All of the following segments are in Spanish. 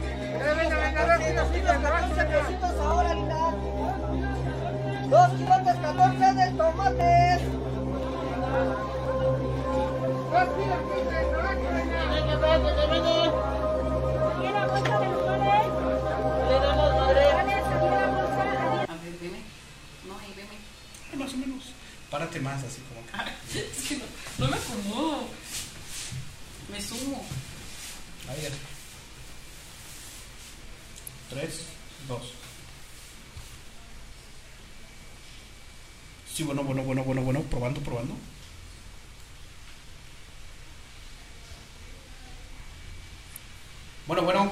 venga, venga, venga, venga, venga, 14 pesitos ahora, Lina. Dos kilotes 14 de tomates. venga. la bolsa de los goles. Dale, salió la bolsa. A ver, veme. No, ahí veme. Ay, Más o menos. Párate más, así como que. Ay, es que no, no me acomodo. Me sumo. A ver. Tres, dos. Sí, bueno, bueno, bueno, bueno, bueno. Probando, probando. Bueno, bueno.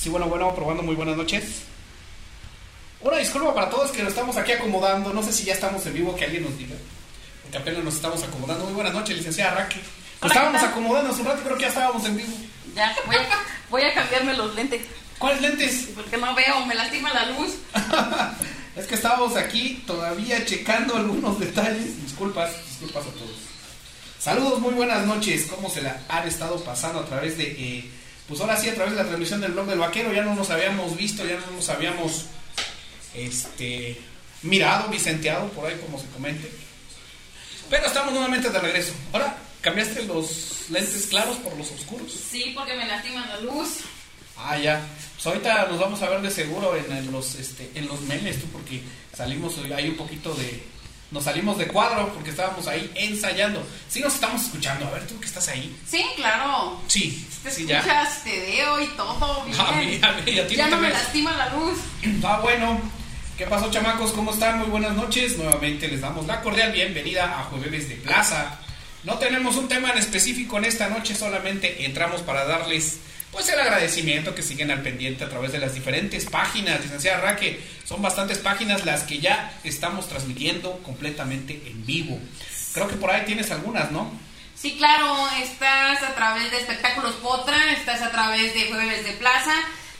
Sí, bueno, bueno, probando. Muy buenas noches. Una disculpa para todos que nos estamos aquí acomodando. No sé si ya estamos en vivo, que alguien nos diga. Porque apenas nos estamos acomodando. Muy buenas noches, licenciada Raquel. Nos Hola, estábamos ¿qué tal? acomodando hace un rato, creo que ya estábamos en vivo. Ya, voy a, voy a cambiarme los lentes. ¿Cuáles lentes? Porque no veo, me lastima la luz. Es que estábamos aquí todavía checando algunos detalles. Disculpas, disculpas a todos. Saludos, muy buenas noches. ¿Cómo se la han estado pasando a través de... eh, pues ahora sí, a través de la transmisión del blog del vaquero. Ya no nos habíamos visto, ya no nos habíamos... Este... Mirado, vicenteado, por ahí como se comente. Pero estamos nuevamente de regreso. Ahora, ¿cambiaste los lentes claros por los oscuros? Sí, porque me lastima la luz. Ah, ya. Pues ahorita nos vamos a ver de seguro en, en los este, en los memes, tú, porque salimos hoy- hay un poquito de. Nos salimos de cuadro porque estábamos ahí ensayando. Sí, nos estamos escuchando. A ver, tú que estás ahí. Sí, claro. Sí, Te sí, ya. escuchas, te veo y todo. Bien. A mí, a mí, a ti ya no no te me ves. lastima la luz. Ah, bueno. ¿Qué pasó, chamacos? ¿Cómo están? Muy buenas noches. Nuevamente les damos la cordial bienvenida a Jueves de Plaza. No tenemos un tema en específico en esta noche, solamente entramos para darles pues el agradecimiento que siguen al pendiente a través de las diferentes páginas, licenciada Raque. Son bastantes páginas las que ya estamos transmitiendo completamente en vivo. Creo que por ahí tienes algunas, ¿no? Sí, claro, estás a través de Espectáculos Potra, estás a través de Jueves de Plaza,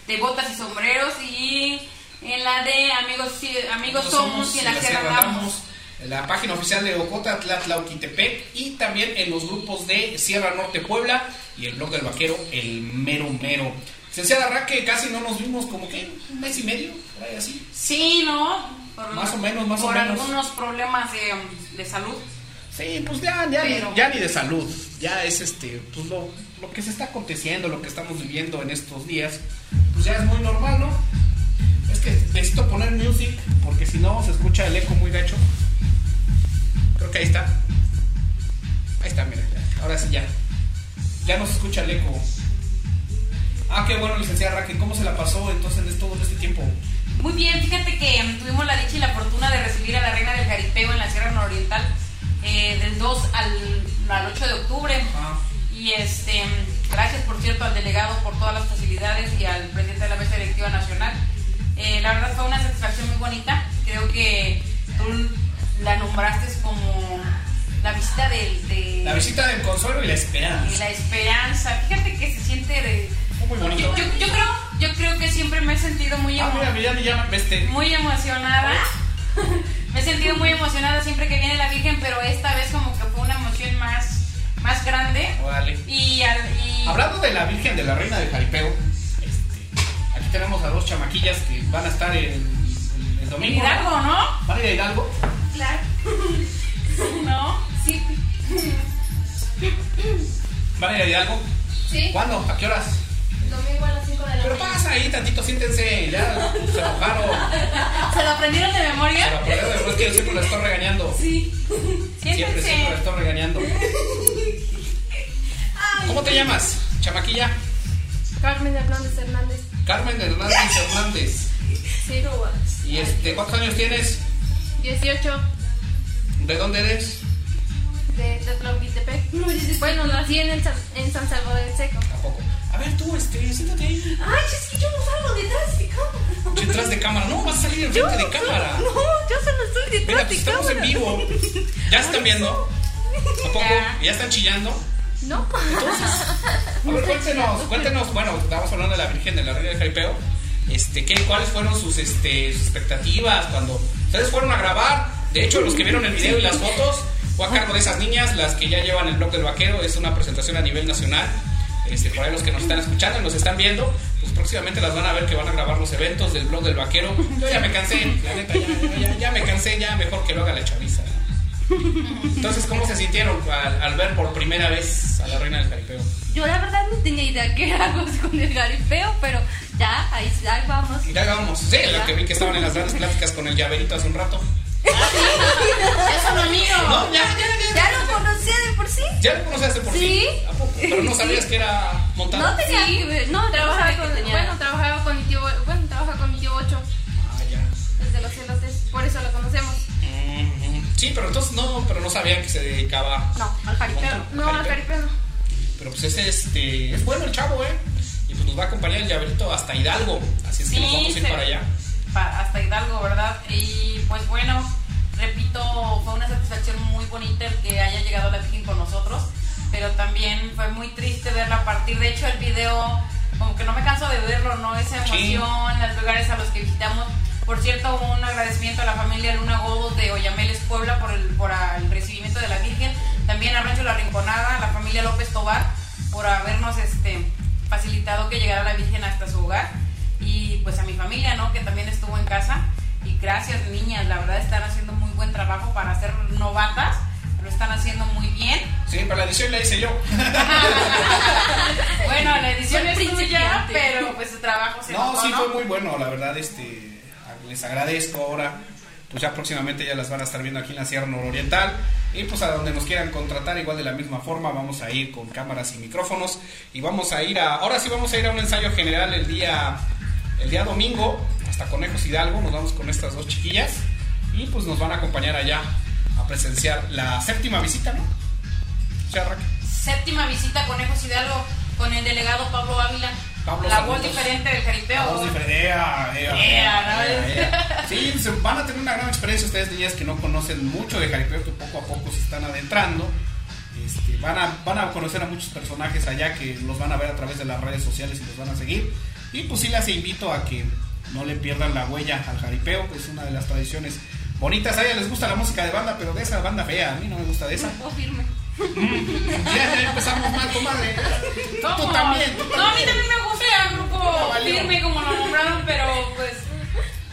de Botas y Sombreros y en la de Amigos, y- amigos Nosotros Somos y en la Sierra Damos, Damos. en la página oficial de Ocota, Tlatlauquitepec y también en los grupos de Sierra Norte Puebla y el blog del vaquero El Mero Mero. Licenciada Raque, casi no nos vimos como que un mes y medio, por ahí así. Sí, ¿no? Por, Más o menos, más o por menos. algunos problemas de, de salud. Sí, pues ya, ya, Pero- ya ni de salud, ya es este, pues lo, lo que se está aconteciendo, lo que estamos viviendo en estos días, pues ya es muy normal, ¿no? Es que necesito poner music porque si no se escucha el eco muy gacho. Creo que ahí está. Ahí está, mira, ya. ahora sí ya. Ya no se escucha el eco. Ah, qué bueno, licenciada Raquel, ¿cómo se la pasó entonces en todo este tiempo? Muy bien, fíjate que mm, tuvimos la dicha y la fortuna de recibir a la reina del jaripeo en la Sierra Nororiental eh, del 2 al, al 8 de octubre. Ah, Y este, gracias por cierto al delegado por todas las facilidades y al presidente de la mesa directiva nacional. Eh, la verdad fue una satisfacción muy bonita. Creo que tú la nombraste como la visita del, de la visita del consuelo y la de esperanza. la esperanza. Fíjate que se siente de- Fue muy bonito. Yo, yo, yo creo, yo creo que siempre me he sentido muy Ah, emo- mira, mira, mira, este, muy emocionada. me he sentido muy emocionada siempre que viene la Virgen, pero esta vez como que fue una emoción más, más grande. Órale. Y, al- y- Hablando de la Virgen de la Reina del Jaripeo, este, aquí tenemos a dos chamaquillas que van a estar el, el- el en domingo. ¿no? Hidalgo, ¿no? ¿Van a ir a Hidalgo? Claro. ¿No? Sí. ¿Van a ir a Hidalgo? Sí. ¿Cuándo? ¿A qué horas? Domingo a las 5 de la Pero mañana. pasa ahí tantito, siéntense, ya se enojaron. ¿Se lo aprendieron de memoria? Pero por eso después que yo siempre la estoy regañando. Sí. Siempre, siempre la Siéntense. estoy regañando. ¿Cómo te llamas, chamaquilla? Carmen Hernández Hernández. Carmen Hernández Hernández. Ciro Guas. ¿Y este, cuántos años tienes? 18 ¿De dónde eres? de Tlatlauquitepec. Bueno, nací en, el San, en San Salvador del Seco. Tampoco. A ver tú, este, siéntate ahí. Ay, es que yo no salgo detrás de cámara. Detrás de cámara, no, vas a salir enfrente de cámara. No, yo solo estoy detrás Mira, pues de estamos cámara. en vivo. ¿Ya se están viendo? ¿A poco? Ya. ¿Ya están chillando? No. A ver, cuéntenos, cuéntenos. Bueno, estábamos hablando de la Virgen de la Reina del Jaripeo. Este, ¿qué, ¿Cuáles fueron sus, este, sus expectativas cuando ustedes fueron a grabar? De hecho, los que vieron el video y las fotos, fue a cargo de esas niñas, las que ya llevan el blog del vaquero. Es una presentación a nivel nacional. Este, por ahí los que nos están escuchando y nos están viendo, pues próximamente las van a ver que van a grabar los eventos del blog del vaquero. Yo ya me cansé, la neta, ya, ya, ya, ya me cansé, ya mejor que lo haga la chaviza. Entonces, ¿cómo se sintieron al, al ver por primera vez a la reina del jaripeo? Yo la verdad no tenía idea qué éramos con el garipeo, pero ya, ahí, ahí vamos. Y ya vamos, sí, lo que vi que estaban en las grandes pláticas con el llaverito hace un rato. Eso no es mío. No, ya, ya, ya. ¿Ya lo conocía de por sí? Ya lo conocías de por Sí. ¿A poco? Pero no sabías que era montado. No tenía Sí. que ver, no, Trabajaba no sabía con, que tenía. bueno, trabajaba con mi tío, bueno, trabaja con mi tío 8 Ah, ya. desde los celotes, por eso lo conocemos. Ujú. Sí, pero entonces no, pero no sabían que se dedicaba. No, al jaripeo. No, al jaripeo no. Pero pues es este, es bueno el chavo, ¿eh? Y pues nos va a acompañar el llaverito hasta Hidalgo. Así es que Sí, nos vamos a ir se- para allá. pa- hasta Hidalgo, ¿verdad? Y pues bueno, repito, fue una satisfacción muy bonita el que haya llegado la Virgen con nosotros, pero también fue muy triste verla partir. De hecho, el video, como que no me canso de verlo, ¿no? Esa Sí. emoción, los lugares a los que visitamos. Por cierto, un agradecimiento a la familia Luna Godo de Oyameles, Puebla, por el, por el recibimiento de la Virgen. También a Rancho La Rinconada, a la familia López Tobar, por habernos este, facilitado que llegara la Virgen hasta su hogar y pues a mi familia, ¿no? Que también estuvo en casa. Y gracias, niñas, la verdad están haciendo muy buen trabajo para ser novatas, lo están haciendo muy bien. Sí, para la edición la hice yo. Bueno, la edición Soy es tuya, principiante. pero pues su trabajo se No, notó, sí fue muy bueno, la verdad, este, a- les agradezco ahora. Pues ya próximamente ya las van a estar viendo aquí en la Sierra Nororiental. Y pues a donde nos quieran contratar, igual de la misma forma, vamos a ir con cámaras y micrófonos. Y vamos a ir a, ahora sí vamos a ir a un ensayo general el día, el día domingo, hasta Conejos Hidalgo. Nos vamos con estas dos chiquillas. Y pues nos van a acompañar allá a presenciar la séptima visita, ¿no? Charra. Séptima visita a Conejos Hidalgo con el delegado Pablo Ávila. Pablo, la saludos. voz diferente del jaripeo. Vamos de Fredea, ea, Ea, ea, ¿no? ea. Sí, pues, van a tener una gran experiencia ustedes niñas que no conocen mucho de jaripeo, que poco a poco se están adentrando. Este, van, a, van a conocer a muchos personajes allá que los van a ver a través de las redes sociales y los van a seguir. Y pues sí las invito a que no le pierdan la huella al jaripeo, que es una de las tradiciones bonitas. A ellas les gusta la música de banda, pero de esa banda fea, a mí no me gusta de esa. O firme. Ya, ya empezamos mal, comadre. Tú ¿Cómo? también, tú No, a mí también. también me gusta el No, grupo valió. firme como lo nombraron, pero pues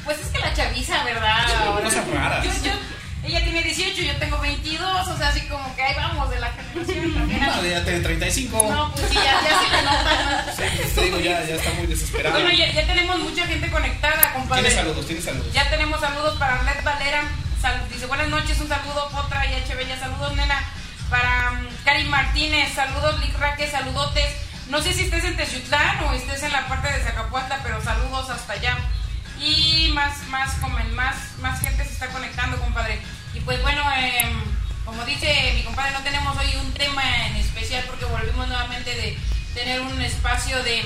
pues es que la chaviza, ¿verdad? Ahora- Cosas raras. Yo, yo- ella tiene 18, yo tengo 22, o sea, así como que ahí vamos de la generación también. Madre, ya tiene 35. No, pues sí, ya, ya se le nota. Sí, pues, te digo, ya, ya está muy desesperada. Bueno, ya, ya tenemos mucha gente conectada, compadre. Tienes saludos, tienes saludos. Ya tenemos saludos para Arlet Valera. Sal- dice, buenas noches, un saludo, Potra y Echeveña. Saludos, nena. Para mm, Karin Martínez, saludos, Lick Raque, saludotes. No sé si estés en Techutlán o estés en la parte de Zacapuatla, pero saludos hasta allá. Y más, más, comen, más, más gente se está conectando, compadre. Y pues bueno, em, como dice mi compadre, no tenemos hoy un tema en especial porque volvimos nuevamente de tener un espacio de,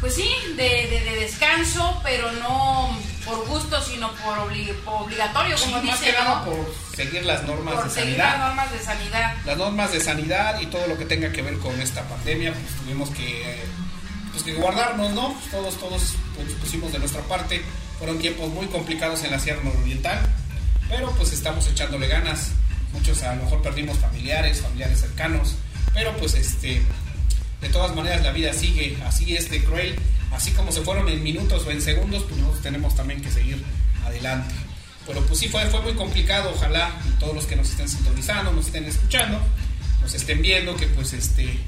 pues sí, de, de- de descanso, pero no por gusto, sino por, obli- por obligatorio, Sí, como más dice, que nada ¿no? por seguir las normas Por de seguir sanidad. las normas de sanidad. Las normas de sanidad y todo lo que tenga que ver con esta pandemia, pues tuvimos que, eh, pues, que guardarnos, ¿no? Pues, todos, todos pues, pusimos de nuestra parte. Fueron tiempos muy complicados en la Sierra Nororiental, pero pues estamos echándole ganas. Muchos a lo mejor perdimos familiares, familiares cercanos, pero pues este, de todas maneras la vida sigue, así es de cruel, así como se fueron en minutos o en segundos, pues nosotros tenemos también que seguir adelante. Pero pues sí fue, fue muy complicado, ojalá todos los que nos estén sintonizando, nos estén escuchando, nos estén viendo, que pues este,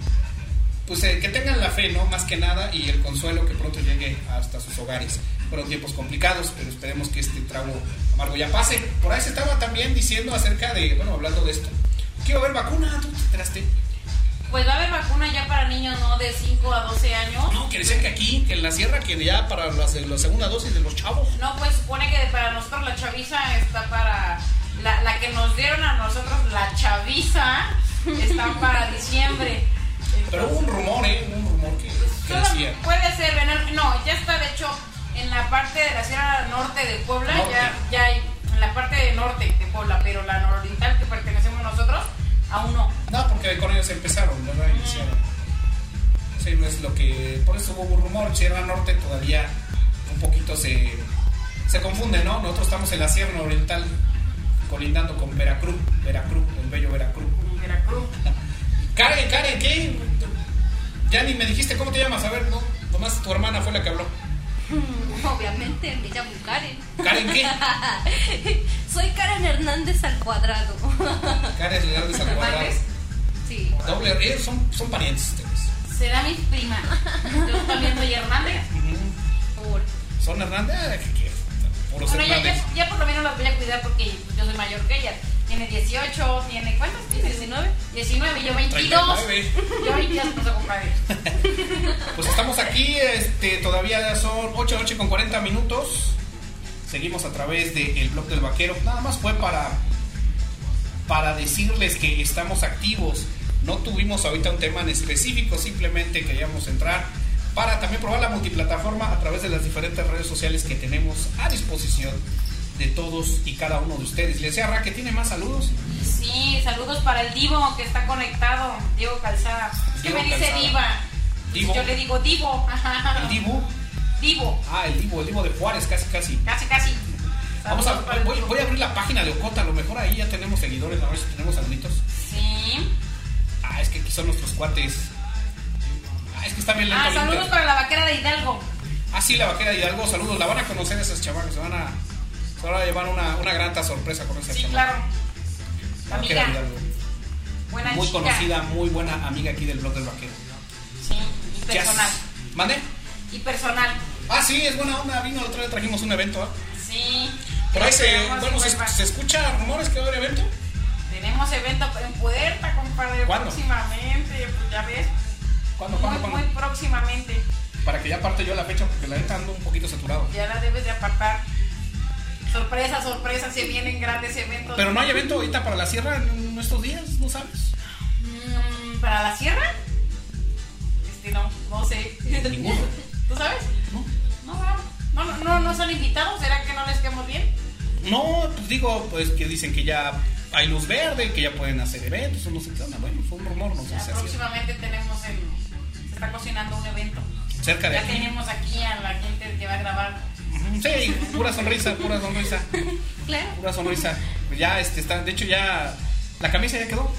pues eh, que tengan la fe, ¿no? Más que nada y el consuelo que pronto llegue hasta sus hogares. Fueron tiempos complicados, pero esperemos que este trago amargo ya pase. Por ahí se estaba también diciendo acerca de, bueno, hablando de esto, quiero ver vacuna, tú te enteraste. Pues va a haber vacuna ya para niños, ¿no? De 5 a 12 años. No, que decían que aquí, que en la sierra, que ya para la, la segunda dosis de los chavos. No, pues supone que para nosotros la chaviza está para... La, la que nos dieron a nosotros la chaviza está para diciembre. Pero hubo un rumor, ¿eh? Hubo un rumor que, que Solo decía. Puede ser, en- no, ya está de hecho en la parte de la Sierra Norte de Puebla, Norte. ya, ya hay, en la parte de norte de Puebla, pero la nororiental que pertenecemos nosotros, aún no. No, porque con ellos empezaron, ¿verdad? Iniciaron. Sí, no es lo que. Por eso hubo un rumor. Sierra Norte todavía un poquito se, se confunde, ¿no? Nosotros estamos en la Sierra Oriental, colindando con Veracruz, Veracruz, el bello Veracruz. Veracruz. Karen, Karen, ¿qué? Ya ni me dijiste cómo te llamas. A ver, no. Nomás tu hermana fue la que habló. Obviamente, me llamo Karen. ¿Karen qué? Soy Karen Hernández al cuadrado. Karen Hernández al cuadrado. ¿Hernández? Sí. Doble R. Son, son parientes ustedes. Será mi prima. Yo también soy Hernández. Por- Son Hernández. Ah, ¿qué quieres? Puros Bueno, ya, Hernández. ya, ya por lo menos las voy a cuidar porque yo soy mayor que ella. Tiene 18, tiene. ¿Cuántos tiene? 19. 19, y yo 22. 39. Yo 22, pues a compadre. Pues estamos aquí, este, todavía son 8 de la noche con 40 minutos. Seguimos a través del blog del vaquero. Nada más fue para, para decirles que estamos activos. No tuvimos ahorita un tema en específico, simplemente queríamos entrar para también probar la multiplataforma a través de las diferentes redes sociales que tenemos a disposición de todos y cada uno de ustedes. Les decía Ra que tiene más saludos. Sí, saludos para el Divo que está conectado. Diego Calzada. Es que Diego me dice Calzada. Diva. Divo. Yo le digo Divo. El Dibu, Divo. ah, el Dibu, el Dibu de Juárez, casi, casi. Casi, casi. Vamos a, Saludos para el voy, Divo. voy a abrir la página de Ocota, a lo mejor ahí ya tenemos seguidores, a ver si tenemos saluditos. Sí. Ah, es que aquí son nuestros cuates. Ah, es que está bien lento. Ah, el saludos internet. para la vaquera de Hidalgo. Ah, sí, la vaquera de Hidalgo, saludos. La van a conocer esas chavales, se van a, se van a llevar una, una grata sorpresa con esas Sí, chavales. claro. La vaquera de Amiga. Hidalgo. Buena Muy chica. conocida, muy buena amiga aquí del blog del vaquero. Sí, y Jazz. personal. ¿Mande? Y personal. Ah, sí, es buena onda, vino, la otra vez trajimos un evento. ¿ah? Sí. Por ahí se, Tenemos bueno, se, evento. se escucha rumores que va a haber evento. Tenemos evento en Puerta, compadre. ¿Cuándo? Próximamente, pues ya ves. ¿Cuándo, muy, cuándo, cuándo? muy próximamente. Para que ya parte yo la fecha, porque la neta ando un poquito saturado. Ya la debes de apartar. Sorpresa, sorpresa, se vienen grandes eventos. Pero no hay evento ahorita para la sierra en estos días, ¿no sabes? Mm, ¿Para la sierra? Este, no, no sé. Ninguno. ¿Tú sabes? No. No, no, no, no, no son invitados. ¿Será que no les quedamos bien? No, pues digo, pues que dicen que ya hay luz verde, que ya pueden hacer eventos, o no sé qué onda. Bueno, fue un rumor, no sé Ya si es cierto. próximamente tenemos el. Se está cocinando un evento. Cerca de Ya aquí. tenemos aquí a la gente que va a grabar. Ujú, Sí, pura sonrisa, pura sonrisa, Claro. pura sonrisa. Pues ya, este, está, de hecho ya, la camisa ya quedó.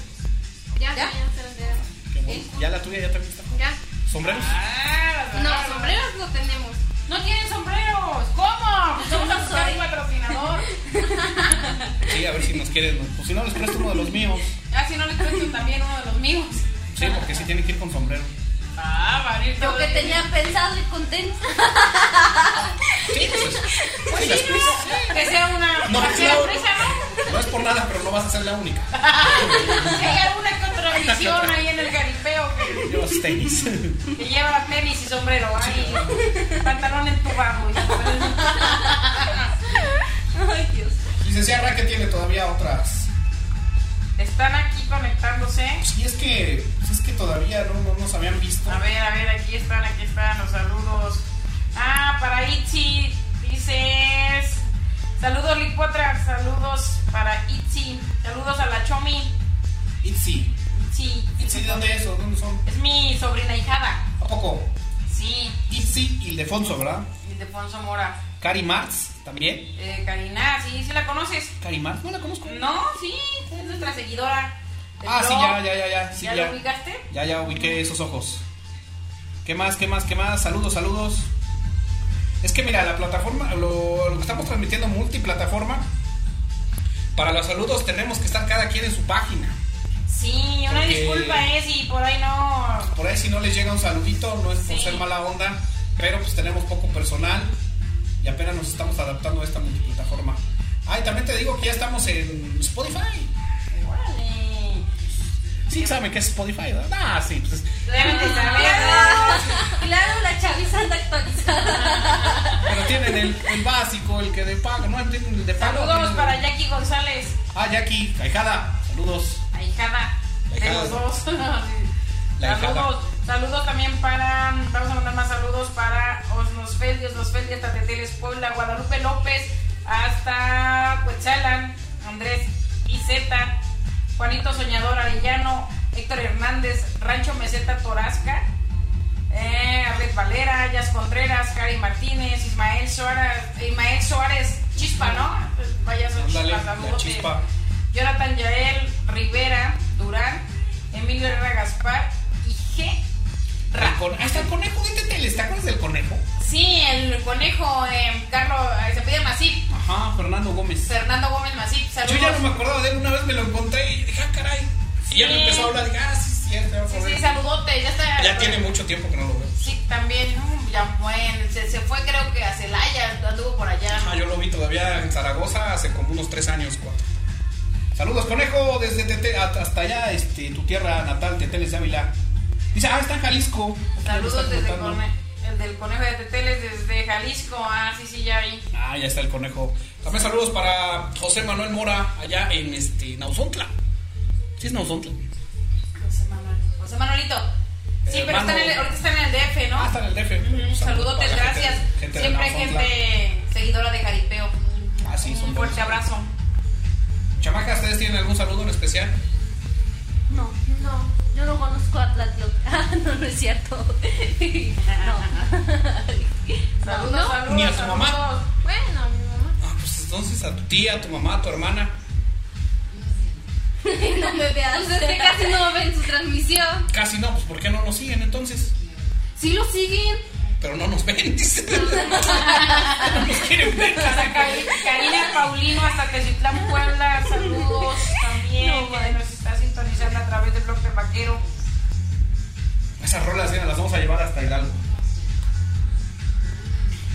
Ya, ¿Ya? ya, se los dejo. Qué bueno. Ya la tuya ya también está. ya. ¿Sombreros? Ah, las No, barbas. sombreros no tenemos. No tienen sombreros. ¿Cómo? Pues Vamos a buscar un patrocinador. Sí, a ver si nos quieren. Pues si no, les presto uno de los míos. Ah, si no les cuento también uno de los míos. Sí, porque sí tienen que ir con sombrero. Ah, va a ir Yo todo que el- tenía pensado y contenta. Sí, pues, Sí, las prisas. ¿no? Que sea una No, no, claro. sorpresa, ¿no? No es por nada, pero no vas a ser la única. Que hay alguna contradicción ahí en el garipeo que, Llevas tenis. que lleva las tenis y sombrero. Ay, pantalón entubado. y sombrero. Ay, Dios. Licenciada Ra, que tiene todavía otras. Están aquí conectándose. Si es que, si es que todavía no, no nos habían visto. A ver, a ver, aquí están, aquí están los saludos. Ah, para Itzi, dices. Saludos, Licuatra. Saludos para Itzi. Saludos a la Chomi. Itzy. Itzi. Itzy, ¿de dónde es o dónde son? Es mi sobrina hijada. ¿A poco? Sí, Itzy Ildefonso, ¿verdad? Ildefonso Mora. Cari Marx también. Eh, Karina, sí, sí la conoces. Cari Marx, no la conozco. No, sí, es nuestra seguidora. del Ah, sí, blog. ya, ya, ya, ya. Sí, ¿Ya, ya. lo ubicaste? Ya, ya ubiqué esos ojos. ¿Qué más, qué más, qué más? Saludos, saludos. Es que mira, la plataforma, lo, lo que estamos transmitiendo multiplataforma. Para los saludos tenemos que estar cada quien en su página. Sí, una Porque- disculpa, eh, si por ahí no. Por ahí si no les llega un saludito, no es por Sí. ser mala onda, pero pues tenemos poco personal y apenas nos estamos adaptando a esta multiplataforma. Ah, y también te digo que ya estamos en Spotify. Órale. Sí, saben que es Spotify, ¿verdad? Ah, sí, pues es- Deben de saber. Claro, claro, la chaviza anda actualizada. pero tienen el, el básico, el que de pago, no tienen el de pago. Saludos tienen- para Jackie González, Ah, Jackie, Caijada, saludos. ahijada de Ahijada. los dos. Sí. La saludos, saludos también para, vamos a mandar más saludos para Osnosfeldia, Osnosfeldia, Tateteles, Puebla, Guadalupe López, hasta Cuetzalan, Andrés Iseta, Juanito Soñador Arellano, Héctor Hernández, Rancho Meseta Torasca, eh, Arlet Valera, Yas Contreras, Cari Martínez, Ismael Suárez, Ismael Suárez, Chispa, ¿no? Pues Vaya son Ándale, chispas, la saludos. chispa. Jonathan Yael Rivera Durán, Emilio Herrera Gaspar y G. El con- Hasta el conejo de Teteles, ¿te acuerdas del conejo? Sí, el conejo eh, Carlos, eh, se pide Masip, Ajá, Fernando Gómez. Fernando Gómez Masip, saludos. Yo ya no me acordaba de él, una vez me lo encontré y dije, ah, caray. Y ya me Sí. empezó a hablar, dije, ah, sí, sí, ya te vas a Sí, ver. sí, saludote, ya está. Ya tiene mucho tiempo que no lo veo. Sí, también, ¿no? ya fue, se, se fue creo que a Celaya, anduvo por allá. Ah, yo lo vi todavía en Zaragoza hace como unos tres años, cuatro. Saludos, conejo, desde Tete- hasta hasta allá, este, tu tierra natal, Teteles de Ávila. Dice, ah, está en Jalisco. Saludos Me está desde el, contando. cone- el del conejo de Teteles, desde Jalisco. Ah, sí, sí, ya vi. Ah, ya está el conejo. También saludos para José Manuel Mora, allá en este, Nauzontla. ¿Sí es Nauzontla? José Manuel. José Manuelito. Sí, pero Hermano. están en el- ahorita están en el DF, ¿no? Eh, Ah, está en el DF. Ujú, Saludos Saludotes, para la gente- gracias. gente de Siempre hay Nauzontla. gente seguidora de Jaripeo. Ah, sí, son Un fuerte buenos. abrazo. Chamacas, ¿ustedes tienen algún saludo en especial? No, no. Yo no conozco a Tlatlop. Ah, no, no es cierto. no. Saludos, no. saludos. Ni a su saludos. mamá. Bueno, a mi mamá. Ah, pues entonces a tu tía, a tu mamá, a tu hermana. No me veas. Ustedes casi no ven su transmisión. Casi no, pues ¿por qué no nos siguen entonces? Sí lo siguen. Pero no nos ven, dice. no nos quieren ver. Hasta Cari- Karina Paulino, hasta Tezitlán, Puebla. Saludos también. que nos está sintonizando a través del blog del vaquero. Esas rolas ya las vamos a llevar hasta Hidalgo.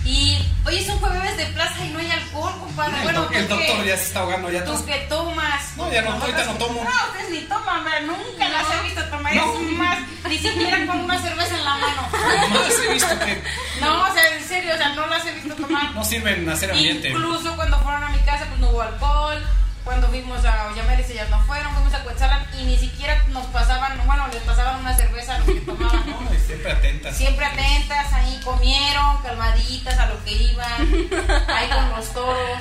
Y hoy es un jueves de plaza y no hay alcohol, compadre. El, bueno, doc- el tú que- doctor ya se está ahogando, ya Tú todos- que tomas. No, ya no, ahorita no tomo. No, ustedes ni toman, ¿verdad? Nunca las he visto tomar. No. Es más, ni siquiera con una cerveza en la mano. Jamás he visto que No, o sea, en serio, o sea, no las he visto tomar. no sirven hacer ambiente. Incluso cuando fueron a mi casa, pues no hubo alcohol. Cuando fuimos a Ollameres, ellas no fueron. Fuimos a Cuetzalan y ni siquiera nos pasaban, bueno, les pasaban una cerveza a los que tomaban, ¿no? Ay, siempre atentas. Siempre atentas, ahí comieron, calmaditas a lo que iban, ahí con los toros.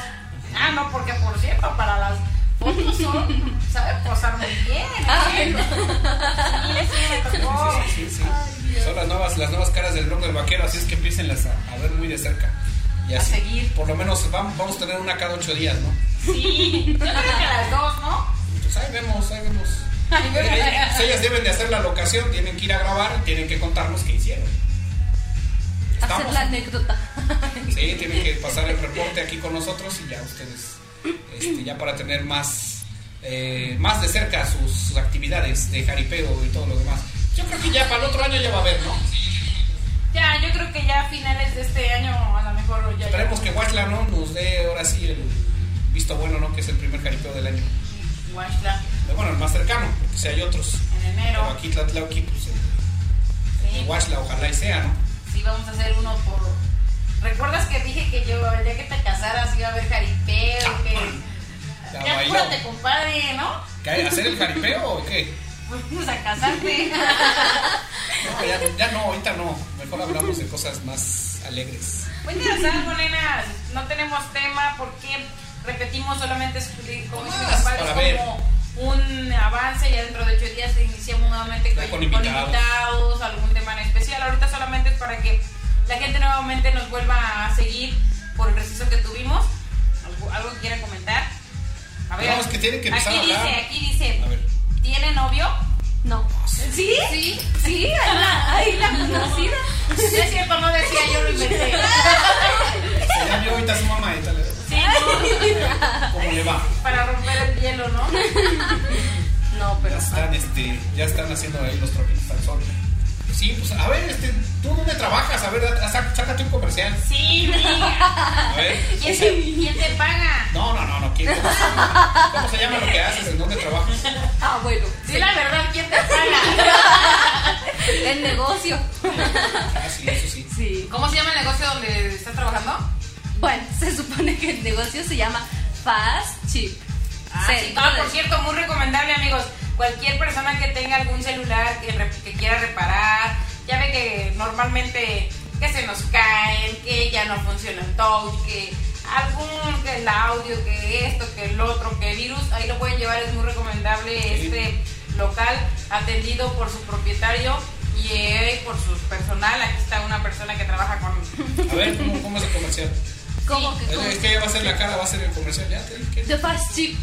Ah, no, porque por cierto, para las fotos son, saben posar muy bien. ¿eh? Sí, sí, me tocó. Sí, sí, sí. Son las nuevas, las nuevas caras del blog del vaquero, así es que empiecenlas a, a ver muy de cerca. Y A así, seguir. Por lo menos vamos, vamos a tener una cada ocho días, ¿no? Sí, yo creo que las dos, ¿no? Pues ahí vemos, ahí vemos. Ahí vemos. Ellas, ellas deben de hacer la locación, tienen que ir a grabar, tienen que contarnos qué hicieron. Hacer Estamos- la anécdota. Sí, tienen que pasar el reporte aquí con nosotros y ya ustedes, este, ya para tener más, eh, más de cerca sus, sus actividades de jaripeo y todo lo demás. Yo creo que ya para el otro año ya va a haber, ¿no? Ya, yo creo que ya a finales de este año a lo mejor ya. Esperemos que Huatla, ¿no? Nos dé ahora sí el visto bueno, ¿no? Que es el primer jaripeo del año. Huaxla, Pero bueno, el más cercano, porque si hay otros. en Pero enero. aquí Tlatlauqui, pues el, Sí. el Huaxla, ojalá y sea, ¿no? Sí, vamos a hacer uno por. ¿Recuerdas que dije que yo, el día que te casaras, iba a haber jaripeo? Que... Ya Ya bailó. apúrate, compadre, ¿no? ¿Qué hay? ¿Hacer el jaripeo o qué? Vamos a casarte. No, pues ya, ya no, ahorita no. Mejor hablamos de cosas más alegres. Cuéntanos algo, nenas. No tenemos tema porque repetimos solamente escri- como Nomás, escribir cuál es para ver. como un avance. Ya dentro de ocho días iniciamos nuevamente Ya con, con con invitados. invitados. algún tema en especial. Ahorita solamente es para que la gente nuevamente nos vuelva a seguir por el receso que tuvimos. Algo, algo que quieran comentar. A ver. No, es que tienen que empezar aquí a hablar. dice, aquí dice. A ver. ¿Tiene novio? No. ¿Sí? ¿Eh? Sí. Sí, ahí la, ahí la conocida. Sí, es cierto, no decía, yo lo inventé. Se ya vio ahorita su mamá y tal. Sí, no, ¿Cómo le va? para romper el hielo, ¿no? No, Ya están, este, ya están haciendo ahí los tropitos al sol. Sí, pues a ver, este, ¿tú dónde trabajas? A ver, haz- sácate un comercial. Sí, mira. A ver. ¿Quién te, quién te paga? No, no, no, no. ¿quién- ¿Cómo se llama? ¿Cómo se llama lo que haces? ¿En dónde trabajas? Ah, bueno. Sí, la verdad, ¿quién te paga? El negocio. Ah, sí, eso sí. Sí. ¿Cómo se llama el negocio donde estás trabajando? Bueno, se supone que el negocio se llama Fast Chip. Ah, Centro sí. Ah, de- por cierto, muy recomendable, amigos. Cualquier persona que tenga algún celular que, re- que quiera reparar, ya ve que normalmente que se nos caen, que ya no funciona el touch, que algún, que el audio, que esto, que el otro, que virus, ahí lo pueden llevar, es muy recomendable este local atendido por su propietario y eh, por su personal. Aquí está una persona que trabaja con A ver, ¿cómo, cómo es el comercial? ¿Cómo que cómo? Es que ella va a ser la cara, va a ser el comercial. Ya te dije. The Fast Chip.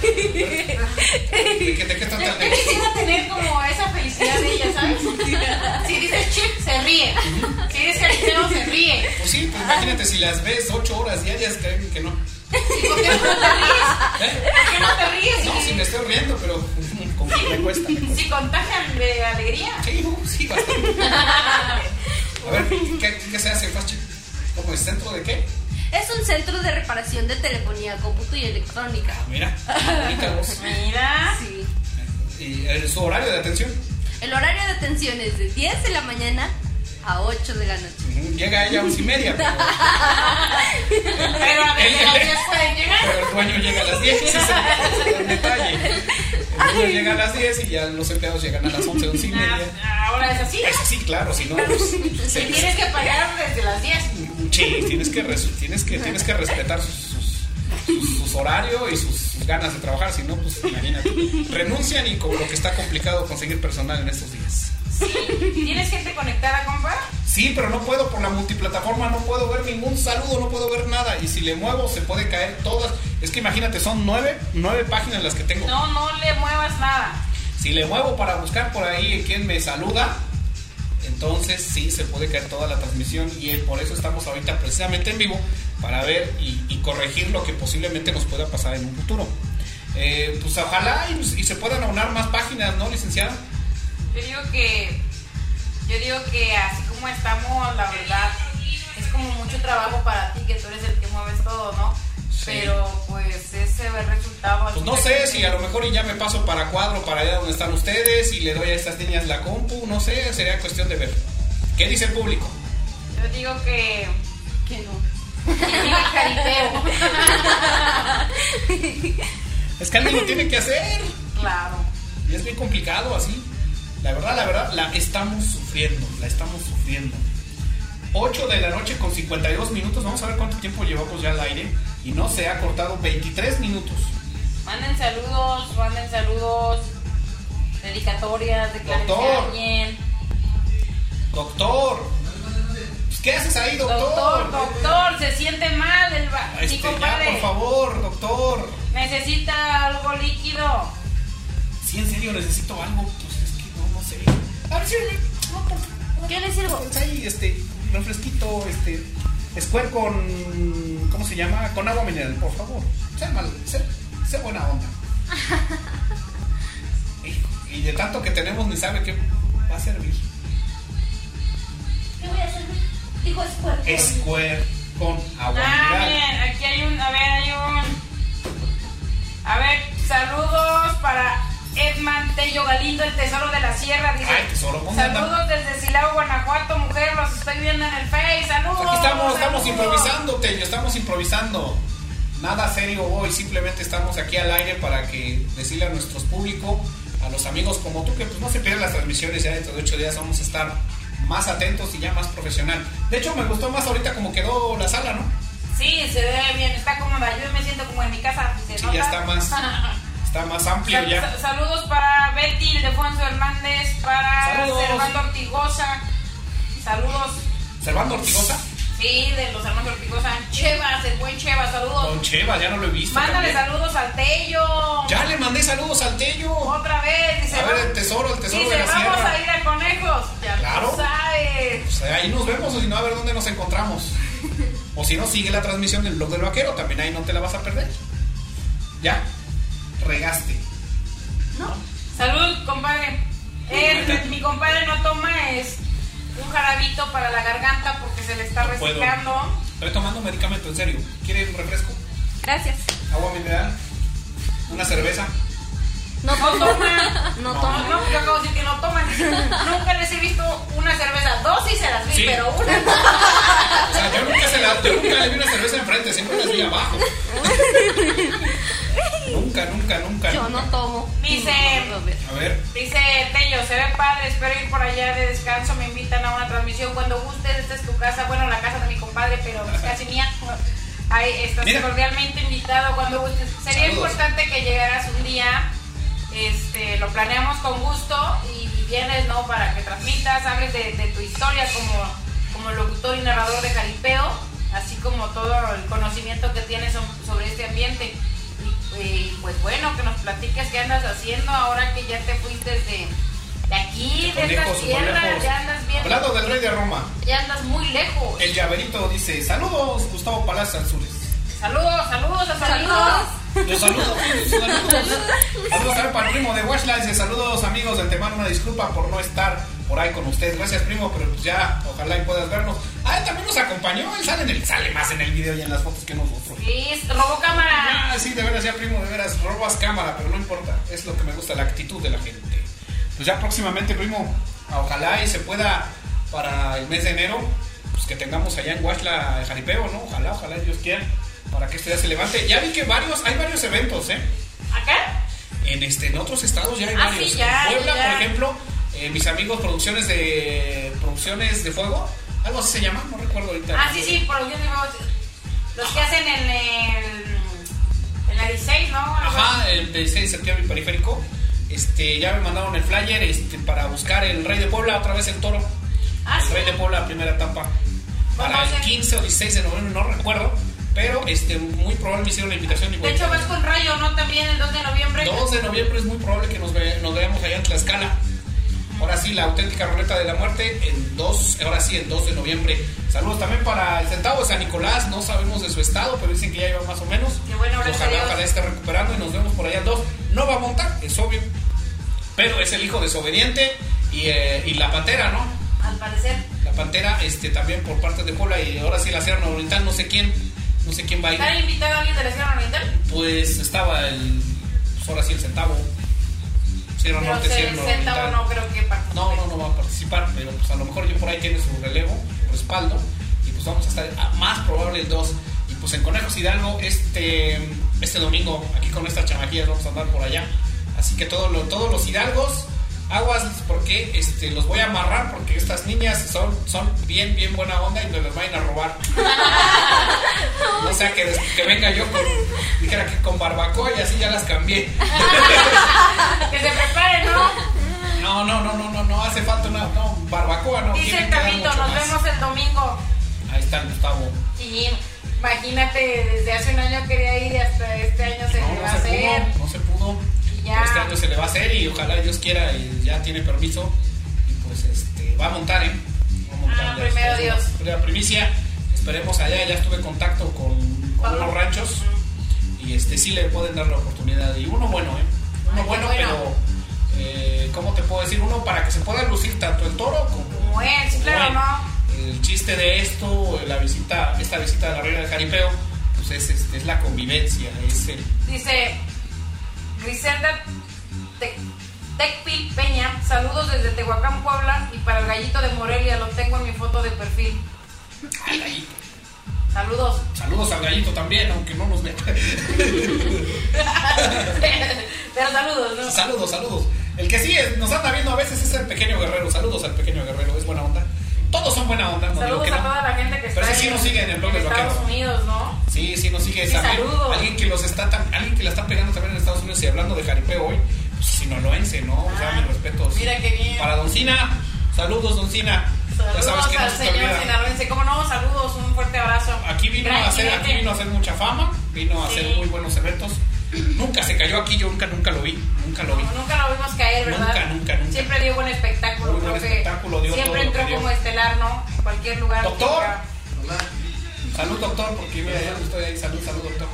¿De qué, de qué trata Yo, yo el negocio? quisiera tener como esa felicidad de ella, ¿sabes? Si dices chip, se ríe. Si dices carnicero, se ríe. Pues sí, pues imagínate si las ves 8 horas diarias, creen que no. ¿Y por qué no te ríes? ¿Eh? ¿Por qué no te ríes? No, Y- si me estoy riendo, pero con que me cuesta. me cuesta. Si contagian de alegría. Sí, no, sí, bastante. A ver, ¿qué, qué se hace, Fachi? ¿Cómo es centro de qué? Es un centro de reparación de telefonía, cómputo y electrónica. Ah, mira, bonita voz. Mira. Sí. ¿Y eh, su horario de atención? El horario de atención es de 10 de la mañana a 8 de la noche. Ujú, Llega ella a once y media, pero, Pero a ver, ¿de las 10 pueden llegar? pero el dueño llega a las 10. Ese es el- el detalle. El dueño llega a las 10 y ya los empleados llegan a las 11, 11 y media. Ah, Ahora es así. Eso sí, claro, si no, pues, Si se- tienes que pagar desde las 10. Sí, tienes que, res- tienes que, tienes que respetar sus, sus, sus- sus horarios y sus, sus ganas de trabajar, si no, pues imagínate. Renuncian y con lo que está complicado conseguir personal en estos días. Sí. ¿Tienes gente conectada, compa? Sí, pero no puedo por la multiplataforma, no puedo ver ningún saludo, no puedo ver nada. Y si le muevo, se puede caer todas. Es que imagínate, son nueve, nueve páginas las que tengo. No, no le muevas nada. Si le muevo para buscar por ahí quién me saluda, entonces sí se puede caer toda la transmisión y eh, por eso estamos ahorita precisamente en vivo para ver y, y corregir lo que posiblemente nos pueda pasar en un futuro. Eh, pues ojalá y, y se puedan aunar más páginas, ¿no, licenciada? Yo digo que yo digo que así como estamos, la verdad es como mucho trabajo para ti que tú eres el que mueves todo, ¿no? Sí. Pero pues ese es el resultado al Pues no final sé que- si a lo mejor y ya me paso para cuadro, para allá donde están ustedes y le doy a estas niñas la compu, no sé, sería cuestión de ver. ¿Qué dice el público? Yo digo que Que no. que diga caripeo. Es que alguien lo tiene que hacer. claro. Y es muy complicado así. La verdad, la verdad, la estamos sufriendo. La estamos sufriendo. 8 de la noche con 52 minutos. Vamos a ver cuánto tiempo llevamos ya al aire. Y no se ha cortado 23 minutos. Manden saludos, manden saludos, dedicatorias, declárense Doctor. a alguien. Doctor. Pues, ¿Qué haces ahí, doctor? eh. Doctor, doctor, se siente mal el va- Este, mi ya, compadre. por favor, doctor. Necesita algo líquido. Si en serio necesito algo, pues es que no, no sé. A ver, sírveme. No, por favor. ¿Qué le sirvo? Pues, ahí, este, refresquito, este. Square con. ¿Cómo se llama? Con agua mineral, por favor. Sé mal, sé, sé buena onda. Hijo, y de tanto que tenemos ni sabe qué va a servir. ¿Qué voy a hacer? Dijo escuela. Square con agua Ah, mineral. bien, aquí hay un, a ver, hay un. A ver, saludos para Edman Tello Galindo, el tesoro de la sierra. Dice, Ay, tesoro, ¿cómo anda? saludos desde Silao, Guanajuato, mujer, los estoy viendo en el Face, saludos. Aquí estamos, estamos saludos". improvisando, Tello, estamos improvisando. Nada serio hoy, simplemente estamos aquí al aire para que decirle a nuestros público, a los amigos como tú, que pues no se pierdan las transmisiones, ya dentro de ocho días vamos a estar más atentos y ya más profesional. De hecho, me gustó más ahorita como quedó la sala, ¿no? Sí, se ve bien, está cómoda, yo me siento como en mi casa. ¿se Sí, nota? ya está más, está más amplio Sal- ya. sa- saludos para Betty, Ildefonso Hernández, para Saludos. Servando Ortigosa. Saludos, Servando Ortigosa, sí, de los hermanos Ortigosa. Chevas, el buen Chevas, saludos. con Cheva, ya no lo he visto. Mándale también. saludos al Tello. Ya le mandé saludos al Tello. Otra vez, dice. A ver, va- el tesoro, el tesoro dice, de la vamos sierra. a ir a conejos. Ya Claro. tú sabes. Pues ahí nos vemos, o si no, a ver dónde nos encontramos. O si no, sigue la transmisión del blog del vaquero, también ahí no te la vas a perder. Ya, regaste. Salud, compadre. Eh, Ahí está. mi compadre no toma es un jarabito para la garganta porque se le está No puedo. resecando. Estoy tomando medicamento, en serio. ¿Quieres un refresco? Gracias. ¿Agua mineral? ¿Una cerveza? No No tomo. toma. No No, tomo. no, yo acabo de decir que no toma. Dice, Nunca les he visto una cerveza. Dos sí se las vi, Sí. pero una. O sea, yo nunca, se la, yo nunca le vi una cerveza enfrente, siempre las vi abajo. nunca, nunca, nunca. Yo no tomo. Dice- No, no, no, no. A ver, Dice Tello, se ve padre, espero ir por allá de descanso, me invitan a una transmisión cuando gustes, esta es tu casa, bueno, la casa de mi compadre, pero es casi mía. Ahí estás Mira. cordialmente invitado cuando gustes. Sería Saludos. importante que llegaras un día, este, lo planeamos con gusto y, y vienes, ¿no? Para que transmitas, hables de, de tu historia como, como locutor y narrador de jaripeo, así como todo el conocimiento que tienes so- sobre este ambiente. Y, eh, pues bueno, que nos platiques qué andas haciendo ahora que ya te fuiste de, de aquí, de estas Conejos, tierras, conejos. ya andas bien, Hablando Eh. del rey de Roma, ya andas muy lejos. el llaverito dice, saludos Gustavo Palacio Anzures. Saludos, saludos, saludos. Saludos. Los saludo, saludos. Saludos al primo de Washlight. dice, Saludos amigos de antemano. Una disculpa por no estar por ahí con ustedes. Gracias primo, pero pues ya, ojalá y puedas vernos. Ah, él también nos acompañó. Él sale, en el- sale más en el video y en las fotos que nosotros. Liz, robó cámara. Ah, sí, de veras, ya primo, de veras, robas cámara, pero no importa. Es lo que me gusta, la actitud de la gente. Pues ya próximamente, primo, ojalá y se pueda para el mes de enero, pues que tengamos allá en Huaxla el jaripeo, ¿no? Ojalá, ojalá Dios quiera, para que esto ya se levante. Ya vi que varios, hay varios eventos, ¿eh? ¿Acá? En, este, en otros estados ya hay Ah, varios. sí, ya, en Puebla, ya. por ejemplo, eh, mis amigos, producciones de, producciones de fuego, algo así se llama, no recuerdo ahorita. Ah, sí, sí, por los videos de huevos. Los que hacen en el. En la 16, ¿no? Algo así. Ajá, el de 6 de septiembre en periférico. Este, ya me mandaron el flyer este, para buscar el Rey de Puebla, otra vez el toro. Ah, el sí. Rey de Puebla, primera etapa. Para Vamos el a- 15 o 16 de noviembre, no recuerdo. Pero este, muy probable me hicieron la invitación. y De voy. hecho, vas con Rayo, ¿no? También el 2 de noviembre. 2 de noviembre es muy probable que nos, ve- nos veamos allá en Tlaxcala. Ahora sí, la auténtica ruleta de la muerte, el 2, ahora sí, el 2 de noviembre. Saludos también para el centavo de San Nicolás, no sabemos de su estado, pero dicen que ya iba más o menos. Qué bueno, gracias a ojalá, Dios. ojalá esté recuperando y nos vemos por allá el 2. No va a montar, es obvio, pero es el hijo desobediente y, eh, y la pantera, ¿no? Al parecer. La pantera este, también por parte de Puebla y ahora sí la Sierra Oriental, no sé quién, no sé quién va a ir. ¿Está invitado alguien de la Sierra Oriental? Pues estaba el. Pues ahora sí, el centavo. Sierra Pero Norte, se- Sierra el Oriental. centavo no creo que participe. No, no, no va a participar, pero pues a lo mejor yo por ahí tiene su relevo, respaldo, y pues vamos a estar a- más probable el 2. Y pues en Conejos Hidalgo, este, este domingo, aquí con estas chamaquillas vamos a andar por allá. Así que todo lo- todos los hidalgos, aguas, porque este, los voy a amarrar, porque estas niñas son, son bien, bien buena onda y me las van a robar. No sea que, des- que venga yo con, dijera que con barbacoa y así ya las cambié. Que se prepare, ¿no? No, no, no, no, no, no hace falta una no, barbacoa, no. Dice tiene el que dar Camito, mucho nos más. vemos el domingo. Ahí está el Gustavo. Y imagínate, desde hace un año quería ir y hasta este año se no, le no va a se hacer. pudo, no se pudo. Y ya. Pero Este año se le va a hacer y ojalá Dios quiera y ya tiene permiso. Y pues este, va a montar, ¿eh? Va a montar. Ah, ya este, primero ustedes, Dios. La primicia, esperemos allá, ya estuve en contacto con, con Pablo. unos ranchos y este sí le pueden dar la oportunidad. Y uno bueno, ¿eh? Ay, Uno qué bueno, bueno. pero eh, ¿cómo te puedo decir? Uno para que se pueda lucir tanto el toro como Como es, claro, bueno, ¿no? El chiste de esto, la visita, esta visita de la reina del jaripeo, pues es, este, es la convivencia, es el, Dice Griselda Te- Tecpi Peña, saludos desde Tehuacán, Puebla y para el gallito de Morelia, lo tengo en mi foto de perfil. al gallito. Saludos. Saludos al gallito también, aunque no nos vea. Pero saludos, ¿no? saludos, saludos. El que sí es- nos anda viendo a veces es el pequeño guerrero. Saludos al pequeño guerrero, es buena onda. Todos son buena onda, no digo Saludos que a no. toda la gente que Pero está sí, sí en- nos siguen en el blog en del vaquero. Estados Unidos, ¿no? Sí, sí, nos sigue Sí, también. saludos. Alguien que los está tam- alguien que la está pegando también en Estados Unidos y hablando de jaripeo hoy, pues sinaloense, ¿no? O sea, Ah, mis respetos. mira qué bien. Para Doncina, saludos Doncina. ya sabes Saludos que no al se te señor olvida. sinaloense. ¿Cómo no? Saludos, un fuerte abrazo. Aquí vino Gran a hacer, jinete. aquí vino a hacer mucha fama, vino a Sí. hacer muy buenos eventos. Nunca se cayó aquí, yo nunca, nunca lo vi, nunca lo vi. No, nunca lo vimos caer, ¿verdad? Nunca, nunca, nunca. Siempre dio buen espectáculo, Muy buen creo que espectáculo, dio todo siempre lo entró que dio. como estelar, ¿no? En cualquier lugar. Doctor. Llega. Salud doctor, porque mira, ya no estoy ahí, salud, salud doctor.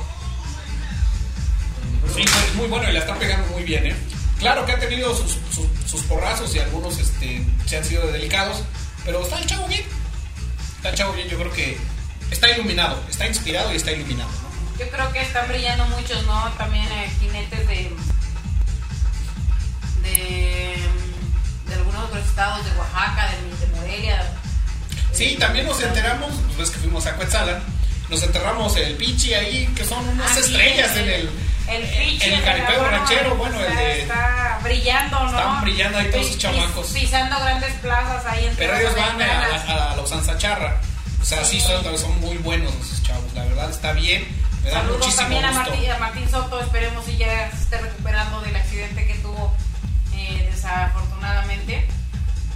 Sí, es muy bueno y la está pegando muy bien, ¿eh? Claro que ha tenido sus, sus, sus porrazos y algunos este, se han sido de delicados, pero está el chavo bien. Está el chavo bien, yo creo que está iluminado, está inspirado y está iluminado. ¿no? Yo creo que están brillando muchos, ¿no? También eh, jinetes de. de. de algunos otros estados, de Oaxaca, de, de Morelia. Sí, también nos enteramos, pues ves que fuimos a Coetzalan, nos enterramos el pichi ahí, que son unas Así estrellas es, en el... Ah, El Pichi, el jaripeo Aragón, ranchero, bueno, el está, de- Está brillando, ¿no? Están brillando ahí todos Pis- esos chamacos. pis- Pisando grandes plazas ahí en Pero todas ellos las van a, ventanas. a, a la usanza charra. O sea, sí, son, son muy buenos esos chavos, la verdad está bien. Me da Saludos muchísimo también a gusto. Martín, a Martín Soto, esperemos si ya se esté recuperando del accidente que tuvo eh, desafortunadamente.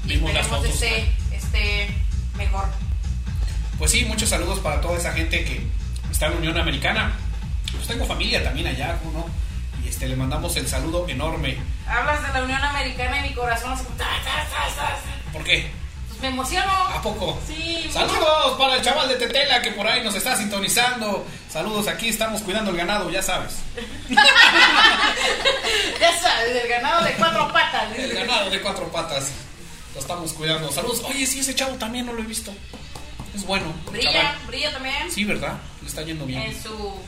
Y Vimos las esperemos fotos. esté, esté mejor. pues sí, muchos saludos para toda esa gente que está en la Unión Americana. Pues tengo familia también allá, ¿cómo no? Y este, le mandamos el saludo enorme. Hablas de la Unión Americana y mi corazón hace como ta, ta, ta, ta, ta. ¿Por qué? Pues me emociono. ¿A poco? Sí. Saludos para el chaval de Tetela que por ahí nos está sintonizando. Saludos, aquí estamos cuidando el ganado, ya sabes. Ya sabes, el ganado de cuatro patas. El ganado de cuatro patas. Lo estamos cuidando. Saludos. Oye, sí, ese chavo también no lo he visto. Es bueno. Brilla, chaval. brilla también Sí, ¿verdad? Le está yendo bien. en su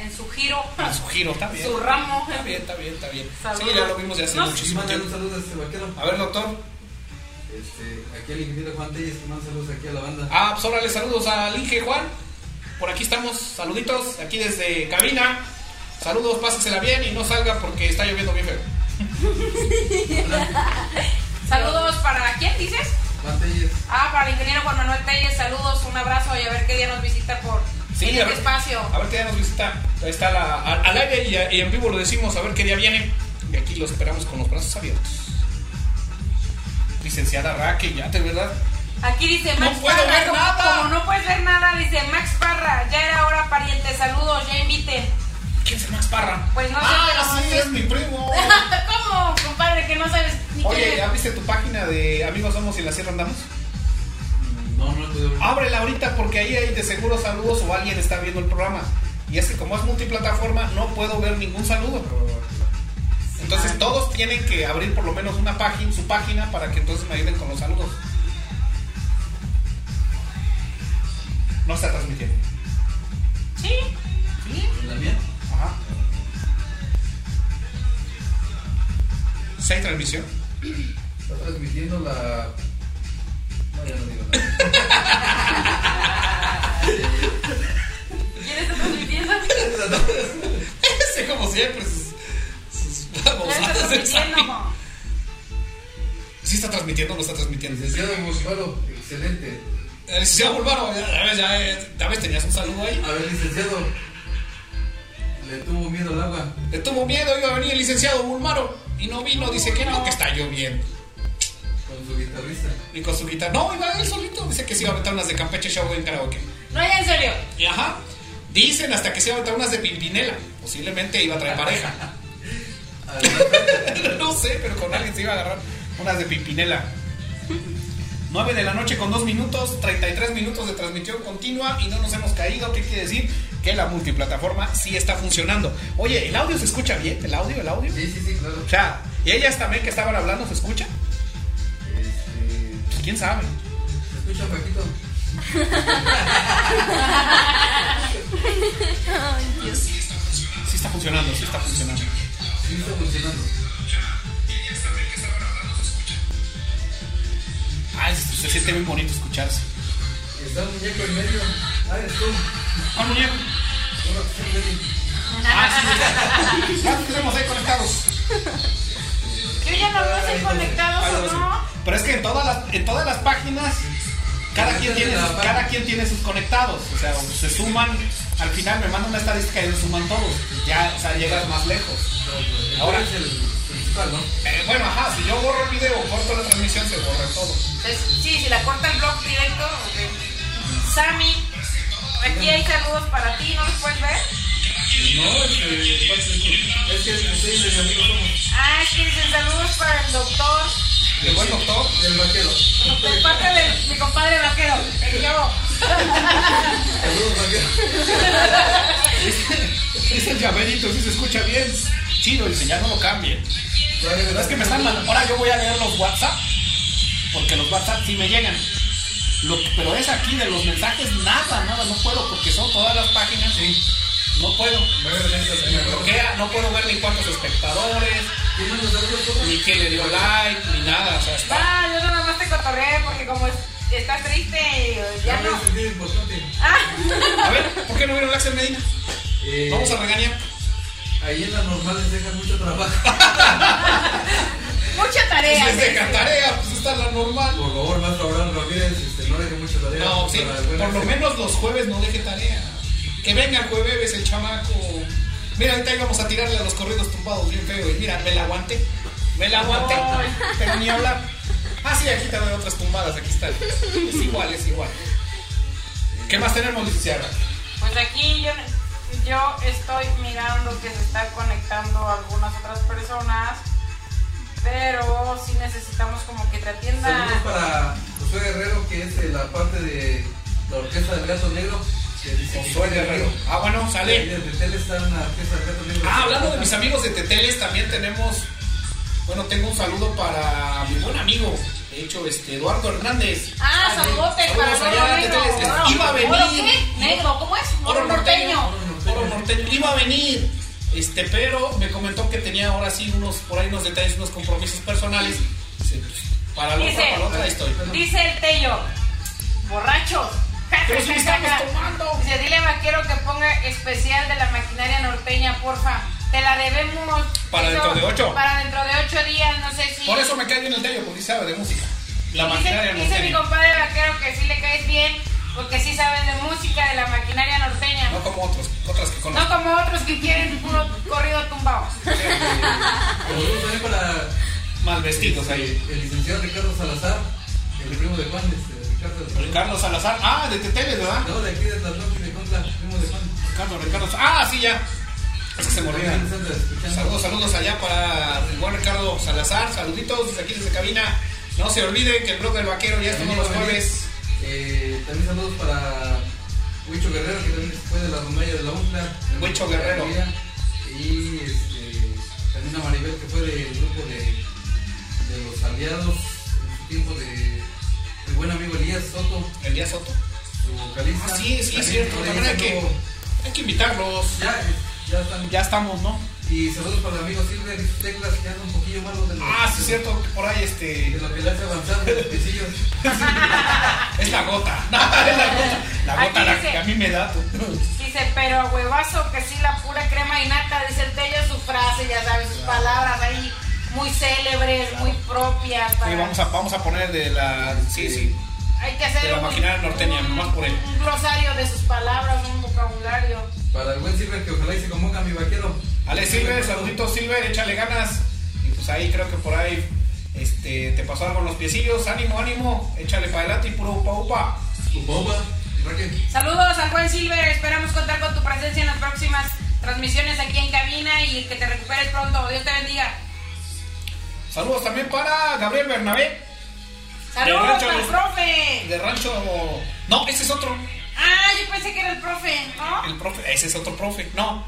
en su giro, A su giro, está bien. su ramo. Está bien, está bien, está bien. Sí, Saludos. ya lo vimos ya hace No, Y muchísimo mandan un tiempo. saludo a este vaquero. A ver, doctor. Este, aquí al ingeniero Juan Telles que manda saludos aquí a la banda. Ah, pues órale, saludos al Inge Juan. Por aquí estamos, saluditos, aquí desde cabina. Saludos, pásensela bien y no salga porque está lloviendo bien feo. Saludos para quién dices? Juan Telles. Ah, para el ingeniero Juan Manuel Telles, saludos, un abrazo y a ver qué día nos visita por en a este ver- Ah. espacio. A ver qué día nos visita. Ahí está la- al, al aire y, a- y en vivo lo decimos, a ver qué día viene. Y aquí lo esperamos con los brazos abiertos. Licenciada Raque, ya te verdad. Aquí dice Max puedo Parra, ver como, nada. como no puedes ver nada, dice Max Parra, ya era hora pariente, saludos, ya invite. ¿Quién es el Max Parra? Pues no sé, ah, pero- sí, es mi primo. ¿Cómo, compadre, que no sabes ni Oye, quién ¿ya es? viste tu página de Amigos Somos y en la Sierra Andamos? Mm, No, no lo pude ver. Ábrela ahorita porque ahí hay de seguro saludos o alguien está viendo el programa. Y es que como es multiplataforma no puedo ver ningún saludo. Entonces todos tienen que abrir por lo menos una página, su página para que entonces me ayuden con los saludos. No está transmitiendo. Sí, ¿En la mía? Ajá. ¿Sí hay transmisión? Está transmitiendo la. No, ya no digo nada. ¿quién está transmitiendo? Sí, como siempre. sus- sus ¿Quién está babosadas del Sammy. transmitiendo? ¿Sí está transmitiendo o no está transmitiendo? Licenciado Moscaro, excelente. El licenciado Bulbaro, ya, ya ves, ya, eh, ya ves, tenías un saludo ahí. A ver, licenciado. Le tuvo miedo al agua. Le tuvo miedo, iba a venir el licenciado Bulbaro y no vino, dice que no, que está lloviendo. Con su guitarrista. Y con su guitarra, no, iba él solito, dice que se iba a aventar unas de Campeche Show en karaoke. No, ya en serio. Y ajá, dicen hasta que se iba a aventar unas de Pimpinela, posiblemente iba a traer pareja. no sé, pero con alguien se iba a agarrar unas de Pimpinela. 9 de la noche con 2 minutos, 33 minutos de transmisión continua y no nos hemos caído. ¿Qué quiere decir? Que la multiplataforma sí está funcionando. Oye, ¿el audio se escucha bien? ¿El audio? ¿El audio? Sí, sí, sí, claro. O sea, ¿y ellas también que estaban hablando se escucha? Este. Pues quién sabe. ¿Se escucha, Paquito? Sí está funcionando, sí está funcionando. Sí, está funcionando. Ay, se, se siente bien bonito escucharse. Está un muñeco en medio. Ah, eres tú. Ah, muñeco. Ahora que está en medio. Ah, sí, sí. ¿Cuántos tenemos ahí conectados? Yo ya no veo si Ah, no, conectados sí. o no. Pero es que en todas las, en todas las páginas, cada quien, tiene sus, cada quien tiene sus conectados. O sea, se suman, al final me manda una estadística y lo suman todos. Y Ya, o sea, llegas más lejos. Ahora- Ahora es el principal, ¿no? Eh, bueno, ajá, si yo borro el video, corto la transmisión, se borra todo. Pues, sí, si la corta el blog directo. ok. Sammy, aquí hay saludos para ti, ¿no los puedes ver? No, este, ¿cuál es el- es que es ustedes mis amigos somos Ah, es que dicen saludos para el doctor, El buen doctor, del vaquero. de parte de mi compadre vaquero, el yo. Saludos, vaquero. dice el llaverito, si se escucha bien. Chido, dice, ya no lo cambien. Pero es que me están mandando. Ahora yo voy a leer los WhatsApp. Porque los WhatsApp sí me llegan. Lo- pero es aquí de los mensajes, nada, nada, no puedo. Porque son todas las páginas. No puedo. Me bloquea, no puedo ver ni cuántos espectadores, ¿Quién manda saludos? ¿Cómo? ni quién le dio like, ni nada. O sea, está. Ah, yo nada más te cotorré porque como es- estás triste, ya No, no. Ah, es un día importante. A ver, ¿por qué no vieron Axel Medina? Eh, Vamos a regañar. Ahí en la normal les dejan mucho trabajo. Mucha tarea. Pues les deja tarea, pues está la normal. Por favor, maestro Abraham Ramírez, este, no dejen mucho tarea. No, sí, para el por buen este, lo Axel. menos los jueves no deje tarea. Que venga el jueves el chamaco. Mira, ahorita íbamos a tirarle a los corridos tumbados bien feo. Y mira, me la aguanté. Me la aguanté. Pero ni hablar. Ah, sí, que aquí también hay otras tumbadas, aquí está. Es igual, es igual. ¿Qué más tenemos, licenciada? Pues aquí yo, yo estoy mirando que se están conectando algunas otras personas, pero sí necesitamos como que te atiendan. Saludos para José Guerrero, que es de la parte de la orquesta del gato negro. Que dice que Josué Guerrero. Ah, bueno, Ahí sale. Desde Tele está una orquesta del gato negro. Ah, hablando de mis amigos de Teteles, también tenemos. Bueno, tengo un saludo para mi buen amigo, de hecho, este Eduardo Hernández. Ah, Sale. saludotes para Saludos allá, Oro Negro. Teteles, que Oro- Iba a ¿Oro venir. qué? ¿Negro? ¿Cómo es? Oro norteño. Oro Oro norteño. Iba a venir. Este, pero me comentó que tenía ahora sí unos, por ahí unos detalles, unos compromisos personales. Dice, pues, para la otra, Dice- para la otra estoy. Dice el Tello, borrachos. Pero si estamos tomando. Dice, dile a vaquero que ponga especial de la maquinaria norteña, porfa. Te la debemos. Para dentro de ocho. Para dentro de ocho días, no sé si. Por eso me cae bien el tello, porque sabe de música. La dice, maquinaria no dice mi compadre vaquero que sí le caes bien, porque sí sabes de música de la maquinaria norteña. No como otros, otras que No conozco. como otros que quieren puro corrido tumbado. Saludos también para Mal vestidos ahí. el licenciado Ricardo Salazar, el primo de Juan, este, Ricardo Salazar. Ricardo Salazar. Ah, de Teteles, ¿verdad? No, de aquí de Tlatlán y de Contra, primo de Juan. Ricardo, Ricardo. Ah, sí, ya. Es que se me olvida. Saludos, saludos allá para el buen Ricardo Salazar. Saluditos desde aquí, desde cabina. No se olviden que el blog del vaquero ya es todos los jueves. Eh, también saludos para Huicho Guerrero, que también fue de la Romaya de la UNCLA. Huicho Guerrero. Y este, también a Maribel, que fue del grupo de, de los aliados, en su tiempo de mi buen amigo Elías Soto, El día Soto. su vocalista. Ah, sí, sí, es También cierto. por ahí También hay que, saludo. hay que invitarlos. Ya, ya están. Ya estamos, ¿no? Y saludos para el amigo Silver y sus teclas, que andan un poquillo malos de los- Ah, sí, es cierto. que Por ahí De este. la pelea avanzada de los pisillos. Es la gota. No, es la gota. La gota Aquí la dice- que a mí me da. Dice, pero huevazo que sí la pura crema y nata, dice el Tello su frase, ya sabes, sus palabras ahí muy célebres, muy propias. para- Sí, vamos a, vamos a poner de la. Sí, sí. hay que hacer de la un- maquinaria norteña, un- nomás por él. Un glosario de sus palabras, un vocabulario. Para el buen Silver, que ojalá y se convoca mi vaquero. Ale Silver, saluditos Silver, échale ganas. Y pues ahí creo que por ahí este, te pasó algo en los piecillos. Ánimo, ánimo, échale para adelante y puro upa upa. Tu bomba, Raquel. Saludos al buen Silver, esperamos contar con tu presencia en las próximas transmisiones aquí en cabina y que te recuperes pronto. Dios te bendiga. Saludos también para Gabriel Bernabé Saludos Derecho al los- profe. de Rancho. No, ese es otro. Ah, yo pensé que era el profe, ¿no? El profe, ese es otro profe. No.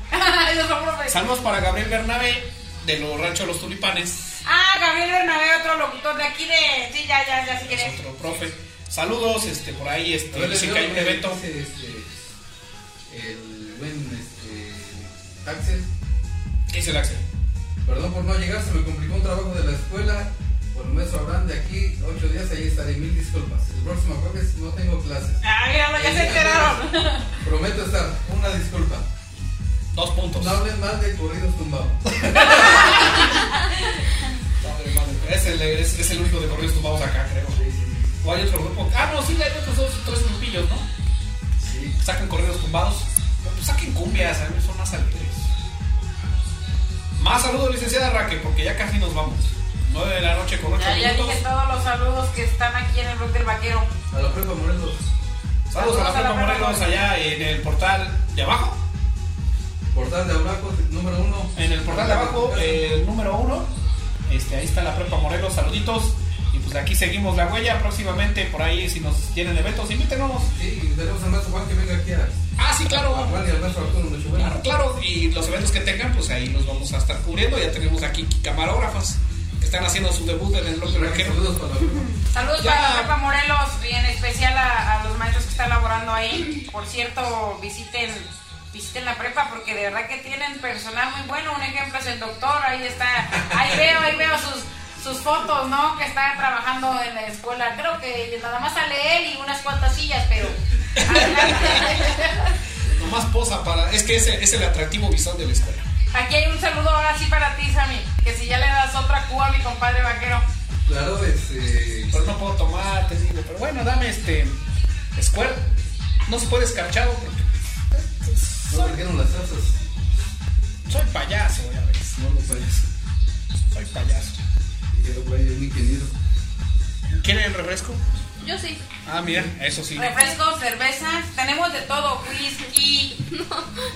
Es otro profe. Saludos para Gabriel Bernabé de los Rancho Los Tulipanes. Ah, Gabriel Bernabé, otro locutor de aquí de. Sí, ya, ya, ya, si Es quieres. otro profe. Saludos, este, por ahí, A este, ver, dicen le que hay digo un que evento. dice, este, El buen este, Axel. ¿Qué dice el Axel? Perdón por no llegar, se me complicó un trabajo de la escuela. Por el maestro Abraham, de aquí, ocho días, ahí estaré. Mil disculpas. El próximo jueves no tengo clases. Ah, míralo, ya se enteraron. Prometo estar. Una disculpa. Dos puntos. No hablen más de corridos tumbados. Madre, madre. Es, el, es, es el único de corridos tumbados acá, creo. O hay otro grupo. Ah, no, sí, hay otros dos, tres grupillos, ¿no? Sí. Sacan corridos tumbados. Pero, pues, saquen cumbias, a mí son más alegres. Más saludos, licenciada Raque, porque ya casi nos vamos. 9 de la noche con 8 Ya, ya minutos. dije todos los saludos que están aquí en el blog del vaquero. A la prepa Morelos. Saludos a la Pepa Morelos allá en el portal de abajo. Portal de Abraco, número uno. En el portal de abajo, eh, el número uno. Este, ahí está la Prepa Morelos, saluditos. Y pues de aquí seguimos la huella. Próximamente por ahí, si nos tienen eventos, invítenos. Sí, y tenemos al maestro Juan que venga aquí a. Ah, sí, claro. a Juan y al maestro Arturo Nochebuena. Claro, claro, y los eventos que tengan, pues ahí los vamos a estar cubriendo. Ya tenemos aquí camarógrafos que están haciendo su debut en el blog del vaquero. Saludos para la prepa. Saludos Ya. para Pepa Morelos y en especial a, a los maestros que están laborando ahí. Por cierto, visiten visiten la prepa porque de verdad que tienen personal muy bueno. Un ejemplo es el doctor, ahí está, ahí veo, ahí veo sus sus fotos, ¿no? Que está trabajando en la escuela. Creo que nada más sale él y unas cuantas sillas, pero Nomás posa para. Es que ese es el atractivo visual de la escuela. Aquí hay un saludo ahora sí para ti, Sammy. Que si ya le das otra cuba a mi compadre vaquero. Claro, este. Pero no puedo tomar, te digo. Pero bueno, dame este. Square. No se puede escarchado porque No trajeron las salsas. soy payaso, ya ves. No lo parece. Soy payaso. Y yo, güey, un ingeniero. Un ¿Quieren refresco? Yo sí. Ah, mira, eso sí. Refrescos, cervezas, tenemos de todo, whisky,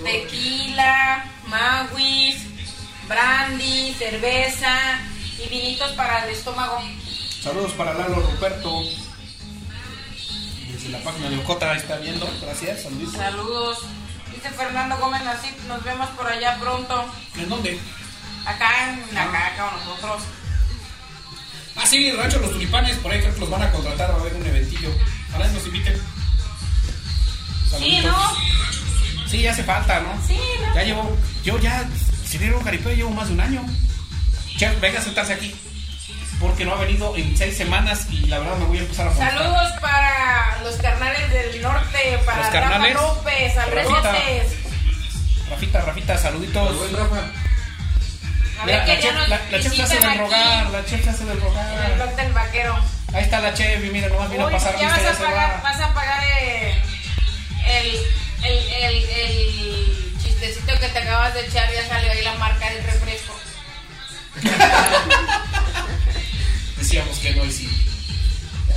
tequila, maguis, brandy, cerveza y vinitos para el estómago. Saludos para Lalo Ruperto. Desde la página de Ocota está viendo. Gracias, saludos. Saludos. Dice Fernando Gómez Nasip, nos vemos por allá pronto. ¿En dónde? Acá en la caca o nosotros. Ah, sí, Rancho Los Tulipanes. Por ahí creo que los van a contratar. Va a haber un eventillo. Ojalá nos inviten. Sí, Saluditos. ¿no? Sí, ya hace falta, ¿no? Sí, ¿no? Ya llevo, yo ya, si dieron caripeo, llevo más de un año. Chef, venga a sentarse aquí. Porque no ha venido en seis semanas y la verdad me voy a empezar a molestar. Saludos para los carnales del norte, para Los carnales. Rafa López, Albertes. Rafita, Rafita, saluditos. Buen Rafa, A Mira, ver la, que ya chef, nos la, la chef se hace visitan del aquí rogar, la chef se hace del En el rogar. blog del vaquero. Ahí está la chef y mira, nomás vino a Uy, pasar ya lista vas y ya a se pagar, va. vas a pagar eh, el, el, el, el chistecito que te acabas de echar, ya salió ahí la marca del refresco. Decíamos que no y sí.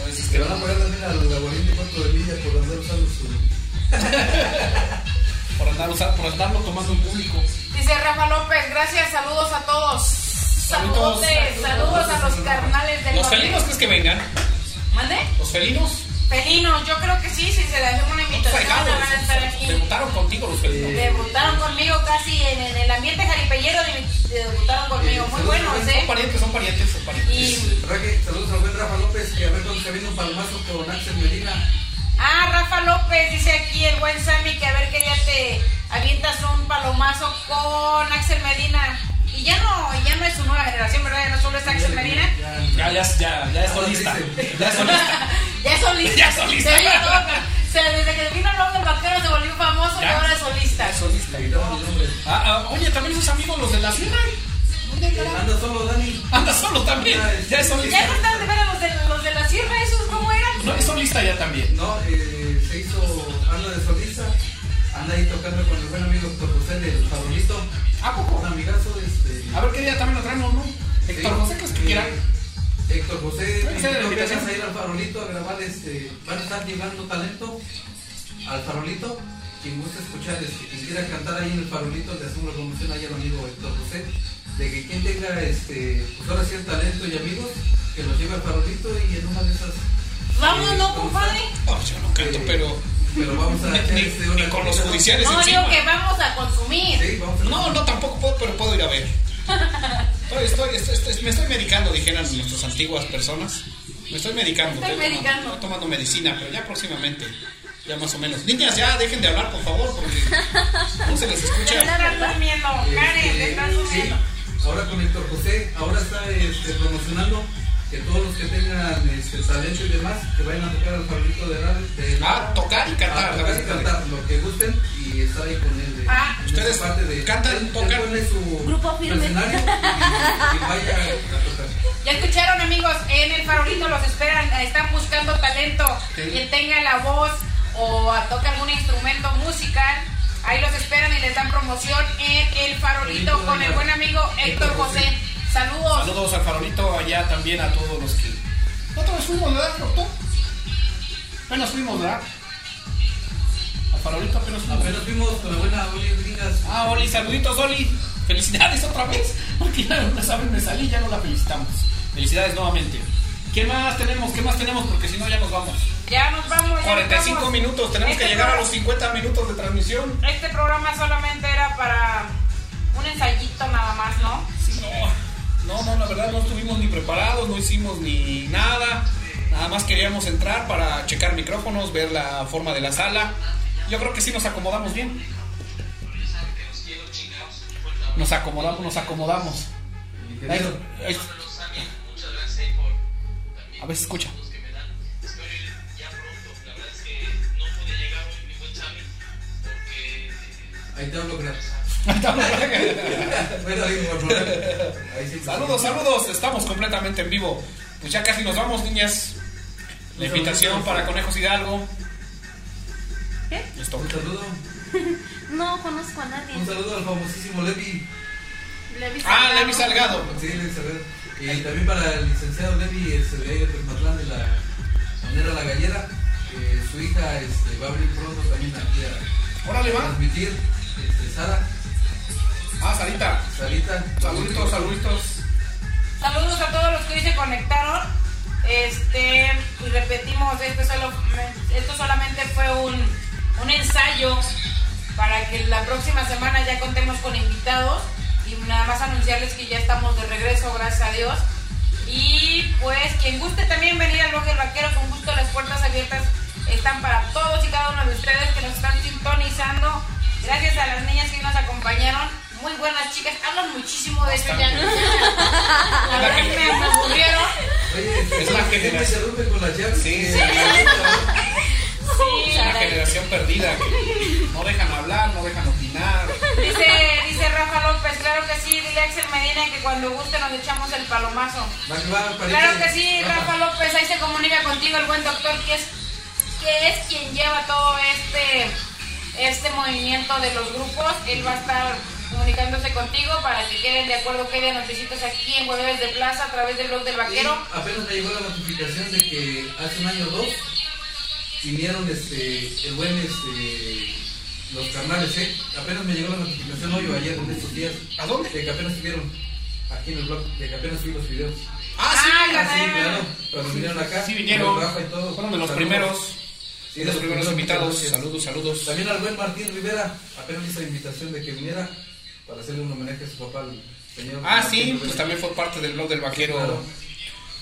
A veces que que van a no, pagar también al aguardiente cuarto de milla por andar usando su. por, andar, usar- por andarlo tomando en público. Dice Rafa López, gracias, saludos a todos. Saludos, Saludos. saludos a los carnales del Los norte. felinos, ¿crees que vengan? ¿Mande? Los felinos, Felinos, yo creo que sí, si se les hacemos una ¿cuántos invitación, dejaron? van a estar aquí. Debutaron contigo los felinos. Debutaron conmigo casi en, en el ambiente jaripellero, de- debutaron conmigo. Muy buenos, Son ¿eh? parientes, son parientes, son parientes. Y, Raque, saludos al buen Rafa López, que a ver cuando se viene un palmazo con Axel Medina. ah, Rafa López dice aquí el buen Sammy que a ver que ya te avientas un palomazo con Axel Medina. Y ya no, ya no es su nueva generación, ¿verdad? Ya no solo es Axel Medina. Ya, Ya, ya, ya, ya es solista. Ya es solista. Ya es solista. Ya es solista. Se vino todo- o sea, desde que vino el blog del vaquero se volvió famoso y Ya. ahora es solista. Ya es solista. gritamos mi nombre. Ah, ah, oye, también sus amigos los de la ciudad. Anda solo, Dani. Anda solo también. Ya es Ya no solista. están de ver a los de, los de la sierra, esos cómo eran. No, es solista ya también. No, eh, se hizo anda de solista, anda ahí tocando con el buen amigo Héctor José del Favorito, ¿A un poco? amigazo, este, A ver qué día también lo traemos, ¿no? Héctor José, ¿crees que quieran? Eh, Héctor José, Puede ser, creo que invitación. vas a ir al Farolito a grabar, este, van a estar llegando talento al Farolito, quien gusta escuchar, este, quien quiera cantar ahí en el Farolito, le hacemos la promoción ahí al amigo Héctor José, de que quien tenga, este, pues ahora sí el talento y amigos, que nos lleve al Farolito y en una de esas... Vamos, eh, ¿no, compadre? Oh, yo no canto, Eh, pero. Pero vamos a Ni, hacer este, una ni con los comida. judiciales No, digo encima. que vamos a consumir. Sí, vamos a No, no, tampoco puedo, pero puedo ir a ver. Estoy, estoy, estoy- estoy- me estoy medicando, dijeran nuestras antiguas personas. Me estoy medicando. Estoy tengo una- medicando. estoy tomando medicina, pero ya próximamente. Ya más o menos. Niñas, ya dejen de hablar, por favor, porque no se les Te escucha. están durmiendo, Karen, te están Sí, durmiendo. ahora con Héctor José, ahora está este, promocionando que todos los que tengan este, talento y demás, que vayan a tocar al favorito de radio. de- Ah, tocar y cantar. a la tocar y verdad. cantar lo que gusten y estar ahí con él. De, Ah. en Ustedes esa parte de, cantan, él- él tocan. pone su Grupo firme. escenario y, y vaya a tocar. Ya escucharon amigos, en el farolito los esperan, eh, están buscando talento, Sí. quien tenga la voz o a- toca algún instrumento musical, ahí los esperan y les dan promoción en el farolito Farolito con de el la- buen amigo Héctor Héctor José. José. Saludos. Saludos al farolito, allá también a todos los que. Nosotros fuimos, ¿verdad, doctor? Apenas fuimos, ¿verdad? Al farolito apenas fuimos. Apenas vimos con la buena Oli Gringas. Ah, Oli, saluditos, Oli. Felicidades otra vez. Porque ya no saben, me salí, ya no la felicitamos. Felicidades nuevamente. ¿Qué más tenemos? ¿Qué más tenemos? Porque si no, ya nos vamos. Ya nos vamos. ya nos 45 vamos. minutos, tenemos que Este llegar a pro- los 50 minutos de transmisión. Este programa solamente era para un ensayito nada más, ¿no? Sí, no, no, no, la verdad no estuvimos ni preparados, no hicimos ni nada. Nada más queríamos entrar para checar micrófonos, ver la forma de la sala. Yo creo que sí nos acomodamos bien. Nos acomodamos, nos acomodamos. el Ahí- ingeniero. ahí- eh, A ver, escucha. Ahí te hablo, gracias. saludos, saludos. Estamos completamente en vivo. Pues ya casi nos vamos, niñas. La invitación para Conejos Hidalgo. ¿Qué? Esto. Un saludo. No conozco a nadie. Un saludo al famosísimo Levi. Levi Ah, Salgado. Levi Salgado. Sí, Levi Salgado. Y también para el licenciado Levi este, de ahí de Tecmatlán de la Manera La Gallera, que su hija este, va a venir pronto también aquí a Órale, va. transmitir. Este, Sara, Ah, Sarita. Sarita. Saluditos, saluditos. Saludos a todos los que hoy se conectaron. Este, y repetimos, esto, solo- esto solamente fue un, un ensayo para que la próxima semana ya contemos con invitados y nada más anunciarles que ya estamos de regreso, gracias a Dios. Y pues quien guste también venir al blog del vaquero, con gusto las puertas abiertas están para todos y cada uno de ustedes que nos están sintonizando. Gracias a las niñas que nos acompañaron. Muy buenas chicas, hablan muchísimo de eso ya. no- La verdad es que me me aburrieron. Oye, este, Es la ¿quién generación. me interrumpe con las llaves. Sí, Eh, sí. Sí. La generación perdida que no dejan hablar, no dejan opinar. Dice, dice Rafa López, claro que sí, dile a Axel Medina que cuando guste nos echamos el palomazo. Va que va, pariente. Claro que sí, Rafa. Rafa López, ahí se comunica contigo el buen doctor que es, que es quien lleva todo este, este movimiento de los grupos. Él va a estar comunicándose contigo para que queden de acuerdo que día nos visitas aquí en Jueves de Plaza a través del blog del vaquero. Y apenas me llegó la notificación de que hace un año o dos vinieron este, el buen este, los carnales, ¿eh? Apenas me llegó la notificación hoy o ayer, en estos días. ¿A dónde? De que apenas estuvieron aquí en el blog, de que apenas subí los videos. Ah, Ah, ya sí, sabemos. claro, cuando vinieron acá. Sí vinieron. con Rafa y todo. Fueron de los Saludos. primeros. Sí, De los primeros invitados. gracias. Saludos, saludos. También al buen Martín Rivera, apenas hizo la invitación de que viniera para hacerle un homenaje a su papá, el señor. Ah, Martín sí, Rivera. pues también fue parte del blog del vaquero. Claro.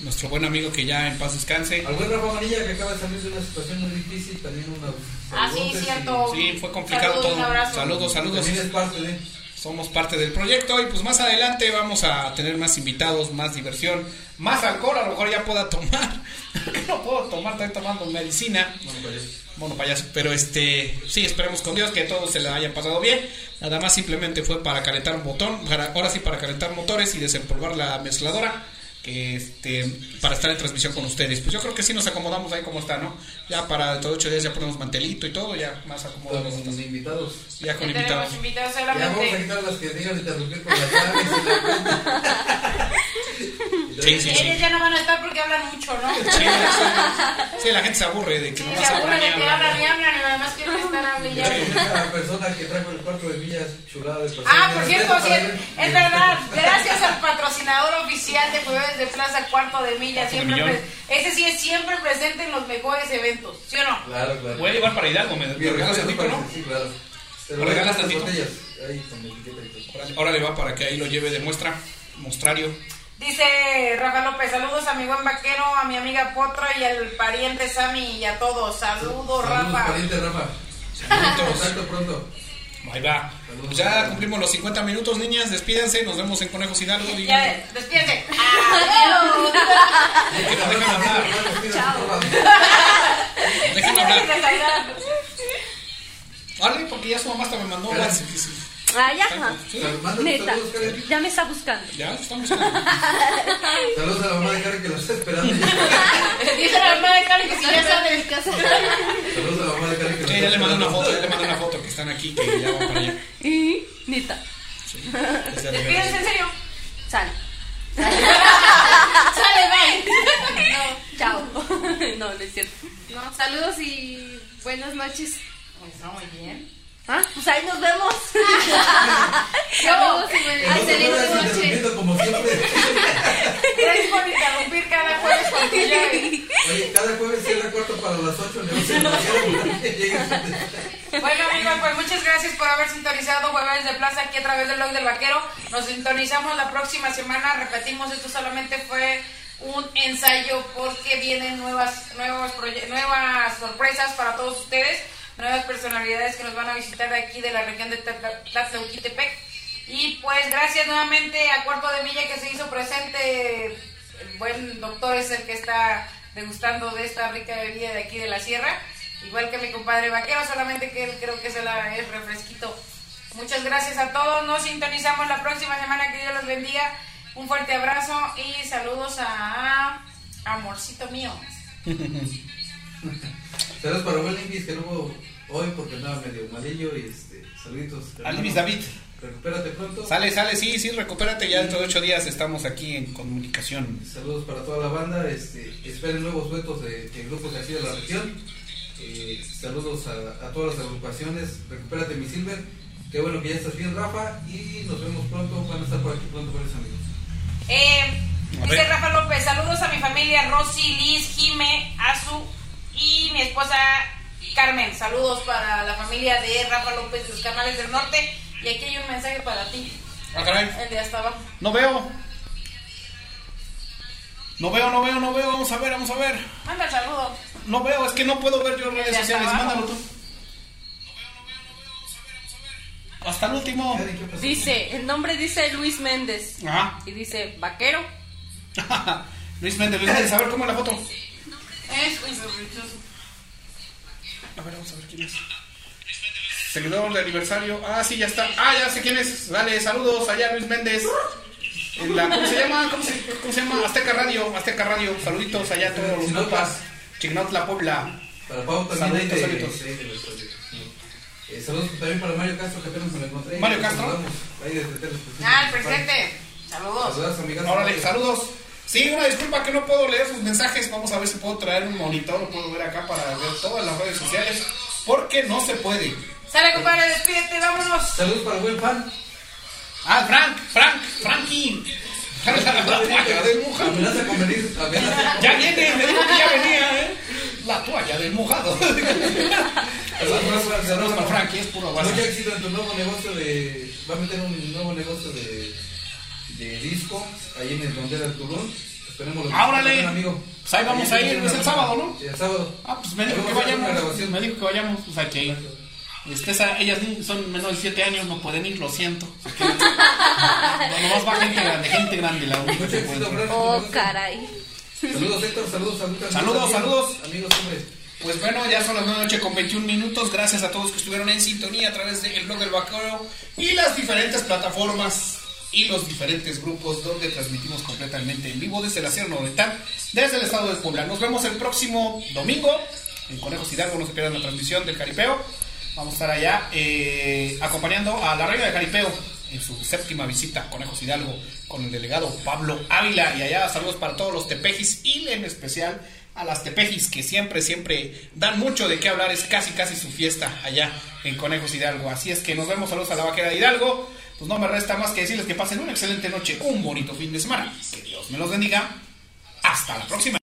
Nuestro buen amigo que ya en paz descanse. Al buen Rafa Manilla que acaba de salir de una situación muy difícil, también una. Ah, sí, saludotes cierto. Sí, fue complicado Saludos, un todo. abrazo. Saludos, y saludos. También es parte de. Somos parte del proyecto y pues más adelante vamos a tener más invitados, más diversión, más alcohol, a lo mejor ya pueda tomar. Porque no puedo tomar, estoy tomando medicina. Bueno, pues, Bueno, payaso, pero este, sí, esperemos con Dios que todos se la hayan pasado bien. Nada más simplemente fue para calentar un botón, para- ahora sí para calentar motores y desempolvar la mezcladora, que este, para estar en transmisión con ustedes. Pues yo creo que sí nos acomodamos ahí como está, ¿no? Ya para dentro de ocho días ya ponemos mantelito y todo, ya más acomodados, con los invitados. ya con Ya invitados. tenemos invitados Ya vamos a solamente. quitar las que digan interrumpir con las llaves. y la- Sí, sí, sí. Ellos ya no van a estar porque hablan mucho, ¿no? Sí, sí. Sí, la gente se aburre de Sí, que no se pasa aburren de que hablan y nada. hablan y nada más quieren estar hablando y ya. La persona que trajo el cuarto de villas chulada de Este persona. Ah, por cierto, sí, Para es, es verdad. Gracias al patrocinador oficial de Jueves de Plaza Cuarto de Milla. Siempre Millón. pre- ese sí es siempre presente en los mejores eventos, ¿sí o no? Claro, claro. Voy a llevar para Hidalgo, me, Mi me regalo regalas es el tipo, ¿no? Sí, claro. ¿Me regalas tantito? botellas. Ahí con etiqueta y todo. Órale, órale, va para que ahí lo lleve de muestra, mostrario. Dice Rafa López, saludos a mi buen vaquero, a mi amiga Potra y al pariente Sammy y a todos. Saludos, Saludos, Rafa. pariente Rafa. Saluditos. Contacto pronto. Ahí va. Pues ya cumplimos los 50 minutos, niñas. Despídense. Nos vemos en Conejos Hidalgo. Díganme. Ya, despídense. Adiós. Que nos dejan hablar. Chao. nos Ya Dejan me voy a hablar. desayunar. Vale, porque ya su mamá hasta me mandó Claro. las. sí, sí. Ah, ya. Sí, Neta, ¿eh? ya me está buscando. ya estamos. en- Saludos a la mamá de Karen que la está esperando. Dice la mamá de Karen que si ya sabe. mi casa. Saludos a la mamá de Karen que la Sí, está ya le mandé una esperando. foto. Ya le mandé una foto que están aquí. Que ya van para allá. Y neta, O sea, de Despídense en veras. serio. sale. Ah, Sale, bye. No, chao. No, no es cierto. No, saludos y buenas noches. Está Pues, muy bien. Ah, pues ahí nos vemos. Saludos y Que no buenas te excelente mueras, noche. interrumpiendo como siempre. Gracias por interrumpir cada jueves con tu llave. Oye, cada jueves cierra cuarto para las 8. Le vamos a enviar. Llegas. Bueno, amigos, pues muchas gracias por haber sintonizado Jueves de Plaza aquí a través del blog del Vaquero. Nos sintonizamos la próxima semana. Repetimos, esto solamente fue un ensayo porque vienen nuevas, nuevos proye- nuevas sorpresas para todos ustedes, nuevas personalidades que nos van a visitar de aquí de la región de Tla- Tlatelolquitepec. Y pues gracias nuevamente a Cuarto de Milla que se hizo presente. El buen doctor es el que está degustando de esta rica bebida de aquí de la sierra. Igual que mi compadre vaquero, solamente que él creo que se la es refresquito. Muchas gracias a todos. Nos sintonizamos la próxima semana. Que Dios los bendiga. Un fuerte abrazo y saludos a Amorcito mío. Saludos para Buen Limpis que no puedo hoy porque andaba medio malillo y este, saluditos. A hermano. Luis David. Recupérate pronto. Sale, sale, sí, sí, recupérate. Ya dentro de ocho días estamos aquí en comunicación. Saludos para toda la banda. Este, esperen nuevos duetos de, de grupos de aquí de la región. Eh, saludos a, a todas las agrupaciones. Recupérate mi Silver. Qué bueno que ya estás bien, Rafa. Y nos vemos pronto. Van a estar por aquí pronto, varios amigos. Eh, A dice ver. Rafa López, saludos a mi familia Rosy, Liz, Jime, Azu y mi esposa Carmen. Saludos para la familia de Rafa López, sus canales del norte. Y aquí hay un mensaje para ti, Ah, caray. el de hasta abajo. No veo. No veo, no veo, no veo. Vamos a ver, vamos a ver. Manda el saludo. No veo, es que no puedo ver yo redes Desde sociales. hasta abajo. Mándalo tú. Hasta el último. Karen, ¿qué pasó? Dice, el nombre dice Luis Méndez. Ajá. Y dice, vaquero. Luis Méndez, Luis Méndez, a ver cómo es la foto. Es muy sospechoso. A ver, vamos a ver quién es. Seguidor de aniversario. Ah, sí, ya está. Ah, ya sé quién es. Dale, saludos allá Luis Méndez. En la- ¿Cómo se llama? ¿Cómo se, cómo se llama? Azteca Radio. Azteca Radio. Saluditos allá a todos los Chignautla. compas. Chignotla, Puebla. Para Pau también. Saluditos, ahí de- saluditos. ahí de nuestro- Eh, saludos también para Mario Castro, que apenas me lo encontré. Mario Nos Castro. saludamos. Ahí desde Teles, pues, Ah, el sí. presidente. Saludos. Saludos, amigas. Órale, saludos. Sí, una disculpa que no puedo leer sus mensajes. Vamos a ver si puedo traer un monitor o puedo ver acá para ver todas las redes sociales. Porque no se puede. Sale, compadre, despídete, vámonos. Saludos para el buen fan. Ah, Frank, Frank, Frankie. La toalla del mojado. Amenaza con venir. Amenaza. Ya viene, me dijo que ya venía, ¿eh? La toalla del mojado. Saludos, Saludos para Frankie, es puro Pues Mucho WhatsApp. éxito en tu nuevo negocio de. Va a meter un nuevo negocio de, de disco ahí en el Rondel del Turón. Esperemos lo Ah, órale. también, amigo. Pues ahí vamos a ir, viene es una- el sábado, ¿no? Sí, El sábado. Ah, pues me dijo Ahí que vamos a hacer una vayamos. grabación. Me dijo que vayamos, pues hay que ir. Este, esa- ellas ni- son menores de 7 años, no pueden ir, lo siento. Así que- No, nomás va gente grande, gente grande, la única Mucho que éxito, puede entrar. Fran, en tu Oh, negocio. caray. Saludos, Héctor. Saludos, a Lucas. Saludos, saludos. Amigos, hombre. Pues bueno, ya son las 9 de la noche con 21 minutos. Gracias a todos que estuvieron en sintonía a través del blog del Vaquero y las diferentes plataformas y los diferentes grupos donde transmitimos completamente en vivo desde la Sierra Nororiental, desde el estado de Puebla. Nos vemos el próximo domingo en Conejos Hidalgo. No se pierdan la transmisión del Caripeo. Vamos a estar allá eh, acompañando a la reina de Caripeo en su séptima visita a Conejos Hidalgo con el delegado Pablo Ávila. Y allá saludos para todos los tepejis y en especial a las tepejis que siempre, siempre dan mucho de qué hablar. Es casi, casi su fiesta allá en Conejos Hidalgo. Así es que nos vemos. Saludos a la vaquera de Hidalgo. Pues no me resta más que decirles que pasen una excelente noche, un bonito fin de semana. Que Dios me los bendiga. Hasta la próxima.